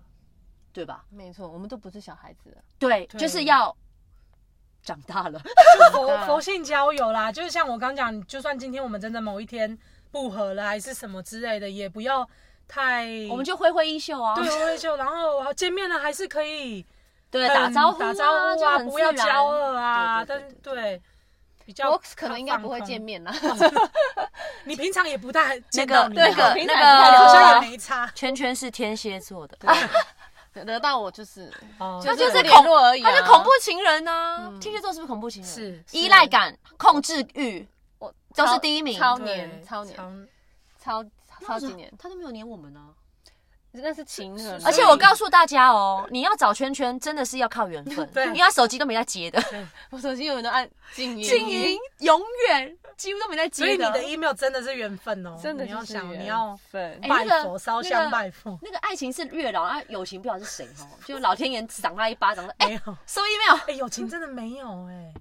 C: 对吧？
B: 没错，我们都不是小孩子了，
C: 对，
D: 对
C: 就是要长大了，嗯
D: 佛佛性交友啦，就是像我刚讲，就算今天我们真的某一天不合了，还是什么之类的，也不要太
C: 我们就挥挥衣袖啊，
D: 对我也就然后见面了还是可以
C: 对，
D: 很
C: 打招呼
D: 打
C: 啊，
D: 招呼
C: 就
D: 啊，
C: 很
D: 不
C: 自
D: 要
C: 然
D: 骄傲啊，
C: 对
D: 但
C: 对
D: 是
C: 对对
D: 对。比较
B: 我可能应该不会见
D: 面，
B: 面啦，
D: 你平常也不太
C: 那
D: 见
C: 个
D: 到你嘛，
C: 那个
B: 平常
C: 那
B: 你
C: 个
D: 好
B: 好
D: 像也没差，
C: 圈圈是天蝎座的，啊
B: 得到我就是
D: 哦
C: 他
B: 就
C: 就是
B: 联
C: 恐
B: 络而已啊
C: 他是恐怖情人呢。天蝎座嗯是不是恐怖情人？
D: 是
C: 依赖感、控制欲，
B: 我
C: 都是
B: 超
C: 第一名
B: 超
D: 对
B: 年超年超超
C: 那
B: 级
C: 时候
B: 年，
C: 啊他都没有黏我们呢。
B: 那是情人啊，
C: 而且我告诉大家哦，你要找圈圈真的是要靠缘 分，
D: 对
C: 因为他手机都没在接的，
B: 我手机有人都按静音，
C: 静音永远几乎都没在
D: 所以
C: 接
D: 你的
C: 的。
D: email 真的是缘分哦，
B: 真的
D: 你要
B: 就是
D: 想
B: 缘
D: 你要
B: 分
C: 哎，
D: 拜
C: 那个
D: 佛烧
C: 那
D: 香
C: 个
D: 拜佛，
C: 那个爱情是月老，啊，友情不知道是谁 哦，就老天爷赏他一巴掌，说
D: 没
C: 哎，
D: 有。
C: 收 email，
D: 哎，友情真的没有哎，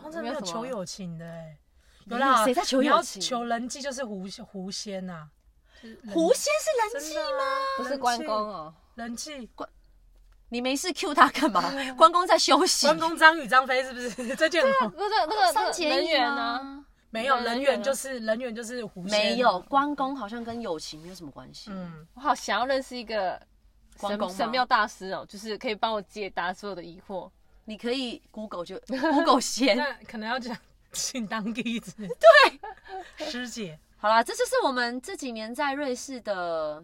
D: 好像真的没
B: 没
D: 有
B: 有什么
D: 求友情的哎，
C: 没
D: 有
C: 有
D: 啦，
C: 谁在求
D: 你
C: 友
D: 要
C: 情
D: 求人际就是狐狐仙呐，
C: 狐仙是人
D: 真
C: 气
D: 的
C: 吗？
D: 啊
B: 不是
D: 人
B: 关
D: 气
B: 公哦，
D: 人气，
C: 你没事 Q 他干嘛？啊关公在休息，
D: 关公张宇张飞是不是 这件
B: 那个那个那
C: 三
B: 个
C: 结
B: 人
C: 义
B: 缘呢？
C: 吗？
D: 没有
B: 人
D: 人
B: 缘
D: 缘
B: 啊
D: 就是人缘就是狐仙，
C: 没有，，关公好像跟友情没有什么关系。
D: 嗯，
B: 我好想要认识一个
C: 关公
B: 神
C: 吗
B: 神庙大师哦，就是可以帮我解答所有的疑惑。
C: 你可以 Google 就 Google 先。
D: 那可能要讲请当弟子，对，师姐，
C: 好啦，这就是我们这几年在瑞士的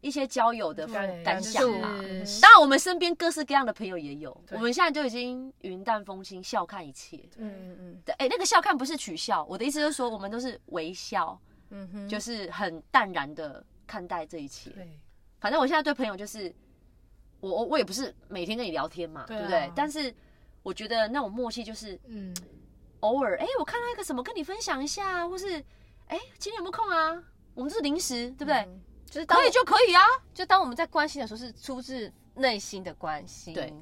C: 一些交友的
D: 对
C: 感
D: 就
C: 想啦。
D: 是
C: 当然，我们身边各式各样的朋友也有，
D: 对
C: 我们现在就已经云淡风轻，笑看一切。
D: 嗯嗯
C: 对，哎、那个笑看不是取笑，我的意思就是说，我们都是微笑，
D: 嗯哼
C: 就是很淡然的看待这一切。
D: 对，
C: 反正我现在对朋友就是，我我我也不是每天跟你聊天嘛，
D: 对
C: 对
D: 啊
C: 不对？但是我觉得那种默契就是
D: 嗯，
C: 偶尔，哎、我看到一个什么，跟你分享一下，或是哎、今天有没有空啊？我们就是临时，对不对？
B: 嗯
D: 嗯
B: 就是当
C: 可以就可以啊。
B: 就当我们在关心的时候，是出自内心的关心。
C: 对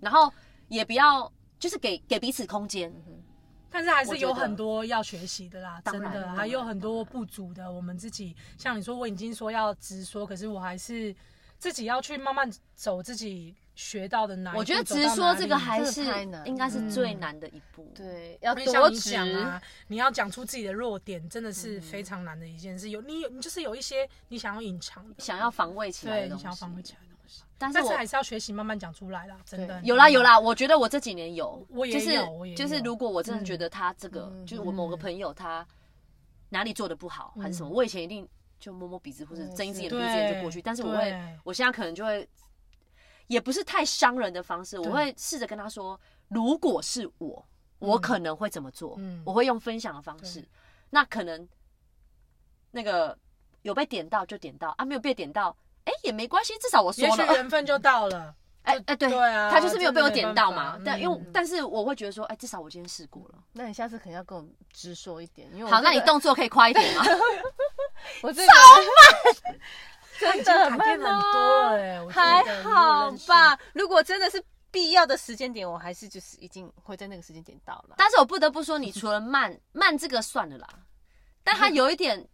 C: 然后也不要就是给给彼此空间，
D: 嗯但是还是
C: 我觉
D: 有
C: 得
D: 很多要学习的啦，真
C: 当然
D: 的，
C: 当
D: 还有
C: 然
D: 很多不足的。我们自己像你说，我已经说要直说，可是我还是自己要去慢慢走自己学哎到的难。
C: 我觉得直说这个还
B: 这
C: 是
B: 个太难了
C: 应该是
D: 嗯
C: 最难的一步。
B: 对，要
D: 因为像
B: 多
D: 你
B: 指
D: 讲啊，你要讲出自己的弱点，真的是非常难的一件事。有你有你就是有一些你想要隐藏的，
C: 想要防卫起来
D: 对
C: 的
D: 你
C: 东西
D: 想要，防卫起来的东西，
C: 但是
D: 但是
C: 我
D: 还是要学习慢慢讲出来啦，真的
B: 对
C: 有啦有，啦，我觉得我这几年有，
D: 我也
C: 就是
D: 有我也有
C: 就是如果我真的觉得他这个，
D: 嗯嗯
C: 就是我某个朋友他哪里做的不好、还是什么，我以前一定就摸摸鼻子或者睁一只眼闭一只眼就过去，
D: 对
C: 但是我会
D: 对，
C: 我现在可能就会，也不是太伤人的方式，我会试着跟他说，如果是我，我可能会怎么做，
D: 嗯
C: 我会用分享的方式，那可能那个有被点到就点到啊，没有被点到。哎、也没关系，至少我说
D: 也许
C: 了。
D: 缘分就到 了。
C: 哎哎，对，
D: 对啊
C: 他就是没有被我点到
D: 真的
C: 嘛
D: 没办法。
C: 但因为
D: 嗯
C: 但是我会觉得说，哎，至少我今天试过了。
B: 那你下次可能要跟我直说一点，因为我
C: 好，
B: 这个
C: 那你动作可以快一点吗？
B: 我这个超 慢，真的
D: 改
B: 很
D: 变
B: 慢哦
D: 很多哎、我觉得
B: 还好吧？如果真的是必要的时间点，我还是就是已经会在那个时间点到了。
C: 但是我不得不说，你除了慢慢这个算了啦，但他有一点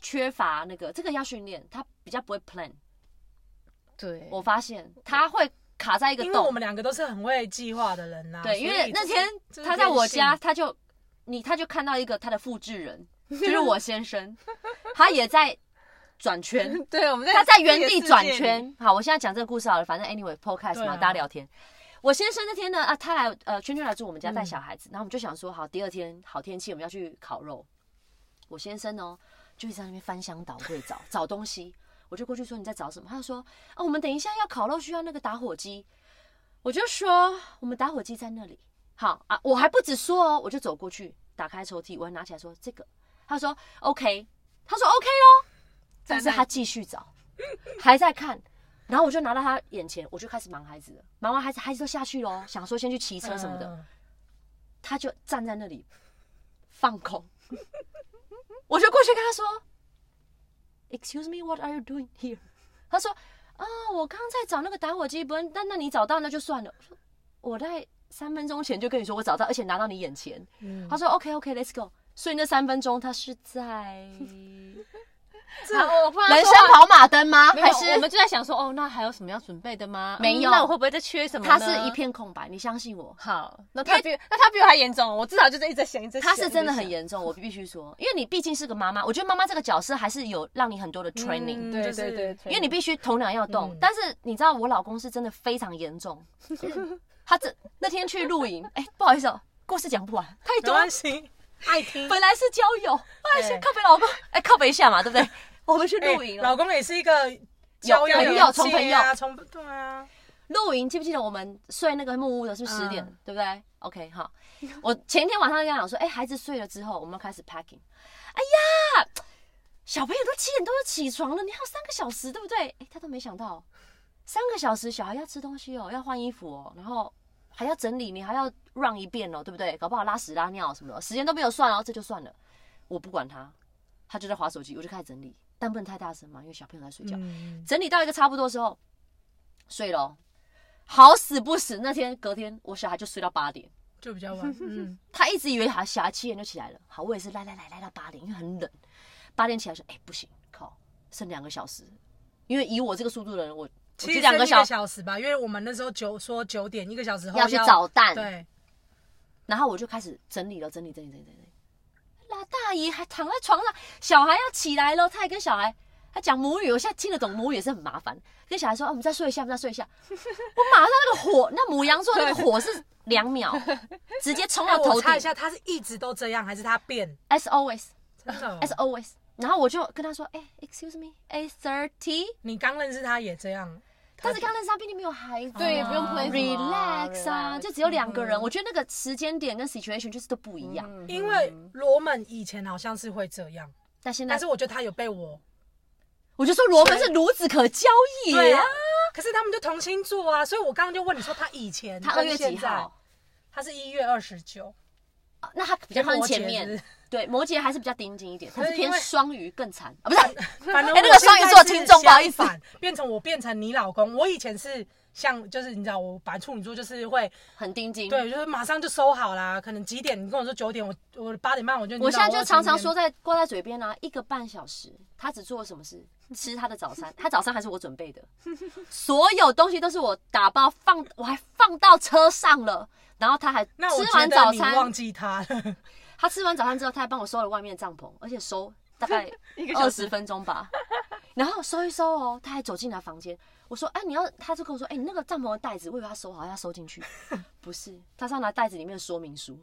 C: 缺乏那个，这个要训练，他比较不会 plan。
B: 对，
C: 我发现他会卡在一个
D: 因为我
C: 洞
D: 们。两个都是很会计划的人呐、啊
C: 对，因为那天
D: 就是
C: 他在我家，
D: 天性
C: 他就你他就看到一个他的复制人，就是我先生，他也在转圈。
B: 对，我们在
C: 他在原地转
B: 这个世界里，
C: 圈。好，我现在讲这个故事好了，反正 anyway podcast
D: 对
C: 嘛，
D: 啊
C: 大家聊天。我先生那天呢，啊，他来呃，圈圈来住我们
B: 嗯
C: 家带小孩子，然后我们就想说，好，第二天好天气，我们要去烤肉。我先生哦，就一直在那边翻箱倒柜找找东西，我就过去说你在找什么？他就说啊，我们等一下要烤肉，需要那个打火机。我就说我们打火机在那里。好啊，我还不止说哦，我就走过去打开抽屉，我还拿起来说这个。他说 OK，他说 OK 哦，但是他继续找，还在看。然后我就拿到他眼前，我就开始忙孩子了。忙完孩子，孩子都下去喽，想说先去骑车什么的，
D: 嗯
C: 他就站在那里放空。我就过去跟他说：“Excuse me, what are you doing here？” 他说：“啊，我刚在找那个打火机，不然但那你找到那就算了。”我说：“我在三分钟前就跟你说我找到，而且拿到你眼前。
D: 嗯
C: 他说：“OK, OK, let's go。”所以那三分钟他是 在
B: 好我不然
C: 人生
B: 说啊
C: 跑马灯吗？
B: 没
C: 还
B: 有
C: 是
B: 我们就在想说，哦，那还有什么要准备的吗？
C: 没有
B: 嗯那我会不会再缺什么
C: 它
B: 呢？
C: 是一片空白，你相信我，
B: 好，那他比那他比我还严重，我至少就是一直在想，一直在想
C: 它是真的很，严重，我必须说，因为你毕竟是个妈妈，我觉得妈妈这个角色还是有让你很
B: 嗯
C: 多的 training，、
B: 一直在想
D: 嗯就是
B: 对对对，
C: 因为你必须头脑要动。
D: 嗯
C: 但是你知道我老公是真的非常严重， 他这那天去露营，哎、不好意思、哦，故事讲不完，太
D: 没
C: 多了
D: 关，系，爱听。
C: 本来是交友，后来是
D: 对
C: 靠北老公，哎、靠北一下嘛，对不对？我们去
D: 哎
C: 露营了。
D: 老公也是一个交友
C: 朋
D: 人
C: 友从
D: 界
C: 朋友
D: 啊，从对啊，
C: 露营，记不记得我们睡那个木屋的是十点，
D: 嗯
C: 对不对？OK，好，我前一天晚上就跟他讲说，哎、孩子睡了之后，我们要开始 packing。哎呀，小朋友都七点多就起床了，你还有三个小时，对不对？哎，他都没想到，三个小时小孩要吃东西哦，要换衣服哦，然后还要整理，你还要让一遍哦，对不对？搞不好拉屎拉尿什么的，时间都没有算哦，这就算了，我不管他，他就在划手机，我就开始整理，但不能太大声嘛，因为小朋友在睡觉。
A: 嗯
C: 整理到一个差不多的时候，睡了哦、好死不死，那天隔天我小孩就睡到八点。
D: 就比较 晚。嗯，
C: 他一直以为他小孩七点就起来了，好，我也是赖赖赖赖到八点，因为很冷，八点起来说，哎、不行，靠，剩两个小时，因为以我这个速度的人，我我
D: 其实
C: 就两
D: 剩
C: 个
D: 一
C: 小时
D: 小时吧，因为我们那时候九说九点一个小时后
C: 要去找蛋，
D: 对，
C: 然后我就开始整理了，整理整理整理整理，老大姨还躺在床上，小孩要起来了，他还跟小孩。他讲母语，我现在听得懂母语也是很麻烦。跟小孩说：“啊我们再睡一下，我们再睡一下。”我马上那个火， 那母羊座那个火是两 秒，直接冲
D: 那
C: 到头
D: 哎我
C: 顶
D: 查一。下，他是一直都这样，还是他变？
C: As always,
D: 真
B: 嗯
D: 的哦、
C: as always。然后我就跟他说：“哎、e x c u s e me, eight thirty。
D: 你刚认识他也这样，”
C: 但是刚认识他，毕竟没有孩子啊，
B: 对不用 play 什么啊
C: relax 啊，
B: relax 嗯
C: 就只有两个人。我觉得那个时间点跟 situation 就是都不一样。
D: 因为罗门以前好像是会这样，
C: 但现在
D: 但是我觉得他有被我
C: 我就说罗门是孺子可教也啊。
D: 可是他们就同星座啊，所以我刚刚就问你说他以前
C: 他二月几
D: 跟现在
C: 号？？
D: 他是一月二十九，
C: 啊那他比较靠近
D: 摩
C: 前
D: 羯是不
C: 面
D: 是，
C: 对，摩羯还是比较盯紧一点，他是
D: 可是因
C: 偏
D: 为
C: 双鱼更惨啊，不是？
D: 反正
C: 哎
D: 我
C: 那个双鱼
D: 现
C: 座
D: 在是
C: 听众不好意思
D: 相反，变成我变成你老公。我以前是像就是你知道，我把处女座就是会
C: 很盯紧。，
D: 对，就是马上就收好啦，可能几点你跟我说九点，我我八点半我就
C: 我现在就常常说
D: 在
C: 在挂在嘴边啊，一个半小时，他只做了什么事？吃他的早餐， 他早餐还是我准备的，所有东西都是我打包放，我还放到车上了。然后他还
D: 那我
C: 吃
D: 觉
C: 完
D: 得
C: 早
D: 你忘
C: 餐，
D: 记他 了，
C: 他吃完早餐之后，他还帮我收了外面的帐篷，而且收大概
B: 一个小
C: 二
B: 时
C: 十分钟吧。 然后收一收哦，他还走进来房间，我说：“哎、你要？”他就跟我说：“哎、你那个帐篷的袋子，我以为他收好，要收进去， 不是，他是要拿袋子里面的说明 书。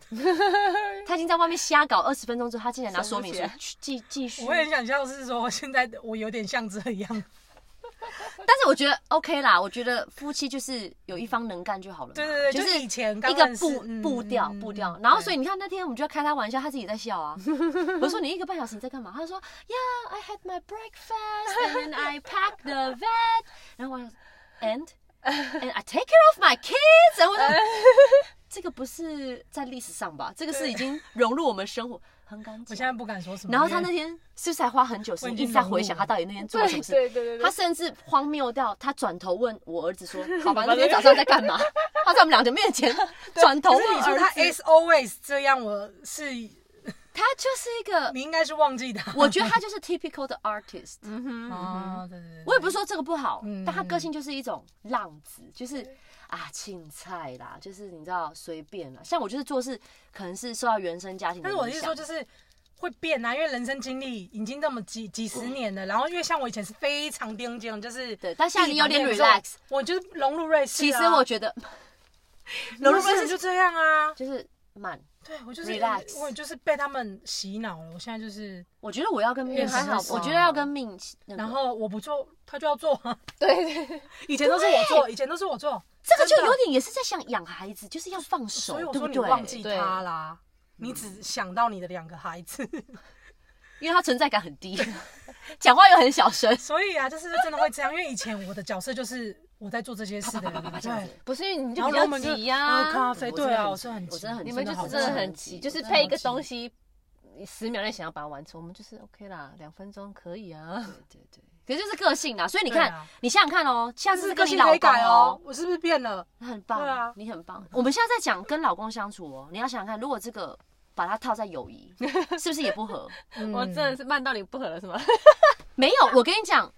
C: 他已经在外面瞎搞二十分钟之后，他竟然拿说明书
B: 想不
C: 去继继续。
D: 我也很想像是说现在我有点像这样，
C: 但是我觉得 OK 啦，我觉得夫妻就是有一方能干就好了嘛。
D: 对对对
C: 就
D: 就是以前刚
C: 一个
D: 认识
C: 步
D: 嗯
C: 步调
D: 嗯
C: 步调
D: 嗯。
C: 然后
D: 对
C: 所以你看那天我们就在开他玩笑，他自己在笑啊。我说你一个半小时你在干嘛？他说 Yeah, I had my breakfast and then I packed the vet。然后我想 and and I take care of my kids。然后我想这个不是在历史上吧？这个是已经融入我们生活，很干
D: 我
C: 净
D: 现。在不敢说什么。
C: 然后他
D: 因
C: 那
D: 为
C: 天是不是还花很久时
D: 我已
C: 间
D: 经
C: 一直在
D: 融入
C: 回想
D: 了
C: 他到底那天做了什
B: 对
C: 么事？
B: 对对对，
C: 他甚至荒谬到他转头问我儿子 说：“爸爸那天早上在干嘛？”他在我们两个面前转头
D: 可
C: 问
D: 是你说
C: 儿
D: 他
C: 子
D: is，always 这样，我是
C: 他就是一个，
D: 你应该是忘记他。
C: 我觉得他就是 typical 的 artist。
B: 嗯哼，
D: 哦，对对对，
C: 我也不是说这个不好，
D: 嗯
C: 但他个性就是一种浪子，就是啊，青菜啦，就是你知道随便啦。像我就是做事，可能是受到原生家庭的
D: 但是我
C: 影
D: 是
C: 响
D: 说，。就是会变啊，因为人生经历已经这么几几十年了。然后因为像我以前是非常盯紧，就是
C: 对但现在你有点
D: 地板那个
C: relax
D: 时候我就是融入瑞士啊、
C: 其实我觉得
D: 融入瑞士就这样啊。
C: 就是慢，
D: 对我就是
C: relax
D: 我就是被他们洗脑了。我现在就是，
C: 我觉得我要跟命
D: 也还好吧
C: 我觉得要跟命那个
D: 然后我不做，他就要做 啊。
B: 对对，
D: 以前都是我做，以前都是我做，
C: 这个就
D: 真的
C: 有点也是在想养孩子，就是要放手，
D: 所以我
C: 对
D: 说
C: 不
D: 你
C: 对？
D: 忘记
B: 对
D: 他啦，你只想到你的两个孩子。
C: 因为他存在感很 低，讲话又很小声，
D: 所以啊，就是真的会这样，因为以前我的角色就是我在做这些事的人，
C: 这样子
D: 对。
B: 不是因为你就比
D: 然后
B: 较
D: 我们就
B: 急呀、
D: 喝咖啡，
C: 我真的
D: 对啊，
C: 很
D: 我是很急，
C: 我真的很
B: 你们就
C: 好
B: 是真的
C: 像
B: 很
D: 嗯
C: 很
B: 急，
C: 急
B: 就是
D: 真的
B: 配
D: 好
B: 一个
D: 急
B: 东西，你十秒内想要把它完成，我们就是 OK 啦，两分钟可以啊。
C: 对对，可是就是个性啦。所以你
D: 对
C: 看，
D: 啊
C: 你想想看哦，下
D: 但
C: 次
D: 是
C: 是
D: 个
C: 跟你
D: 性
C: 老
D: 可以
C: 公
D: 改哦
C: 哦，，
D: 我是不是变了？
C: 你很棒，
D: 对啊
C: 你很棒。我们现在在讲跟老公相处哦，你要想想看，如果这个把它套在友 谊，是不是也不合？
B: 我真
D: 嗯
B: 的是慢到你不合了是吗？
C: 没有，我跟你讲，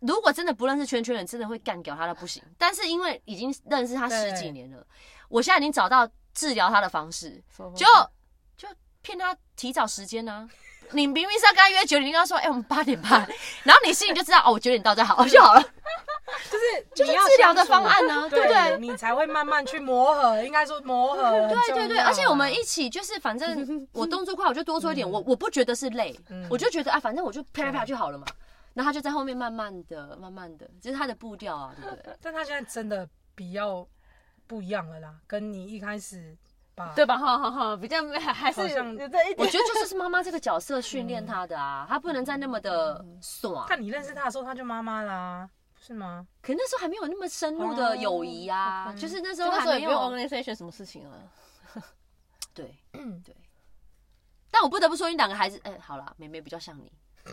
C: 如果真的不认识圈圈人，真的会干掉他到不行。但是因为已经认识他十几
D: 对
C: 年了，我现在已经找到治疗他的方式，就就骗他提早时间呢、你明明是要跟他约九点，你跟他说，哎、我们八点半，然后你心里就知道，哦，我九点到再好就好了，
D: 就是
C: 就是
D: 你要
C: 治疗的
D: 相
C: 方
D: 处
C: 案呢、对不对？
D: 你才会慢慢去磨合，应该说磨合很重要啊。
C: 对对对，而且我们一起就是，反正我动作快，我就多做一点，我我不觉得是累，我就觉得啊，反正我就啪啪啪就好了嘛。然后他就在后面慢慢的、慢慢的，就是他的步调 啊，对不对？
D: 但他现在真的比较不一样了啦，跟你一开始。吧？
B: 对吧？哈哈哈，比较还是
D: 好
B: 有
D: 像
B: 有这一
C: 我
B: 点。
C: 觉得就是妈妈这个角色训练他的啊，他不能再那么的爽。
D: 但你认识他的时候，他就妈妈啦，不是吗？
C: 可那时候还没有那么深入的友谊
D: 哦
C: 啊，就是那时
B: 就
C: 候
B: 那
C: 还
B: 时候
C: 没
B: 也不用
C: 有
B: organization 什么事情了，
C: 对
D: 嗯
C: 对。但我不得不说，你两个孩子，哎，好啦，妹妹比较像你，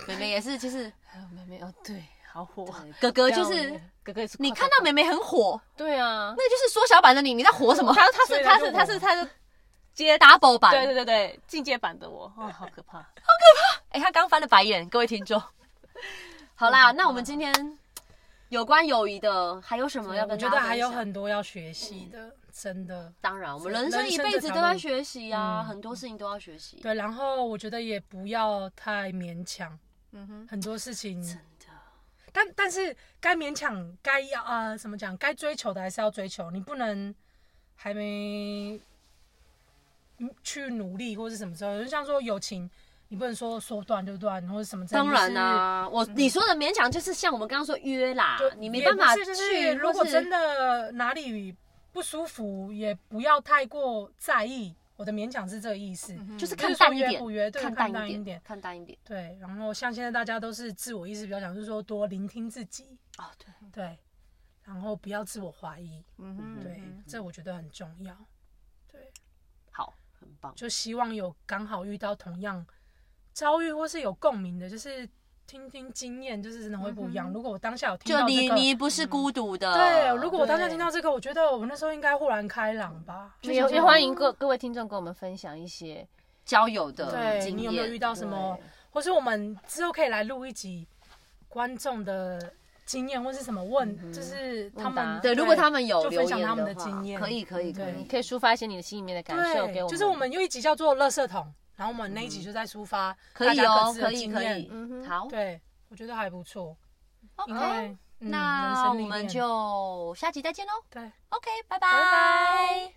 C: 妹妹也是，就是
B: 还有妹妹哦，对，好火，
C: 呃哥哥就
B: 这样
C: 是
B: 妹妹哥哥也是快
C: 你看
B: 快
C: 到妹妹很火，
B: 快对啊，
C: 那就是缩小版的你，你在火什么
B: 他他
D: 所
B: 是
D: 以
B: 他
D: 他
B: 是
D: 就
B: 他是他是接打，
C: ？double 版，
B: 对对对对，进阶版的我，哦，好可怕。
C: 哎、他刚翻了白眼， 各位听众。好啦，那我们今天有关友谊的还有什么要
D: 我
C: 跟大
D: 觉
C: 家
D: 得
C: 分享？
D: 还有很多要学习的，真的。
C: 当然，我们
D: 人
C: 人生
D: 生
C: 一
D: 这
C: 辈子
D: 条
C: 都在
D: 路
C: 学习啊，
D: 嗯
C: 很多事情都要学习。
D: 对，然后我觉得也不要太勉强，
B: 嗯哼，
D: 很多事情，
C: 真的，
D: 但但是该勉强，该要呃怎么讲，该追求的还是要追求，你不能还没嗯去努力或是什么之类的，就像说友情，你不能说说断就断或者什么之类的。
C: 当然
D: 就是
C: 啦、我你说的勉强就是像我们刚刚说约啦
D: 就，
C: 你没
D: 啊嗯也
C: 办
D: 不
C: 法
D: 是
C: 去
D: 就，是如
C: 或
D: 果
C: 是
D: 真的哪里不舒服，也不要太过在意。我的勉强是这个意
B: 嗯
D: 思，
C: 就是
D: 不
C: 看
D: 是说
C: 淡一
D: 嗯约
C: 点，
D: 不约对
C: 看
D: 看
C: 淡
D: 淡一
C: 点
D: 点，
C: 看淡一点。
D: 对。然后像现在大家都是自我意识比较强，就是说多聆听自己，
C: 哦，对，
D: 对，然后不要自我怀疑，
B: 嗯哼
D: 对，这我觉得很重要。对，
C: 好，很棒。
D: 就希望有刚好遇到同样遭遇或是有共鸣的，就是听听经验，就是真的会不一
B: 嗯
D: 样。如果我当下有听
C: 就
D: 到
C: 你
D: 这个，嗯
C: 你不是孤独的，
D: 对，如果我当下
B: 对
D: 听到这个，我觉得我那时候应该豁然开朗吧。
B: 也也欢迎各各位听众跟我们分享一些
C: 交友的
D: 对
C: 呃经验，
D: 你有没有遇到什么
B: 对，
D: 或是我们之后可以来录一集观众的经验，或是什么
C: 嗯
D: 问，就是他
B: 问答
D: 们
C: 对，如果他们有
D: 就
C: 留
D: 分享
C: 言
D: 他们的
C: 话
D: 经验嗯
C: 可以可以可
D: 对
C: 以
B: 你。可以抒发一些你的心里面的感受给
D: 对，
B: 我们，
D: 就是我们有一集叫做“垃圾桶”，然后我们那一集就在抒发
C: 可
D: 大
C: 以
D: 家各
C: 哦，
D: 自
C: 可
D: 的
C: 以
D: 经
C: 可以
D: 验，
B: 嗯哼
C: 好
D: 对，我觉得还不错，因
C: ，OK，
D: 为嗯人
C: 那
D: 生
C: 我
D: 历
C: 们
D: 练
C: 就下集再见喽
D: 对。
C: ，OK，拜
D: 拜
C: 拜。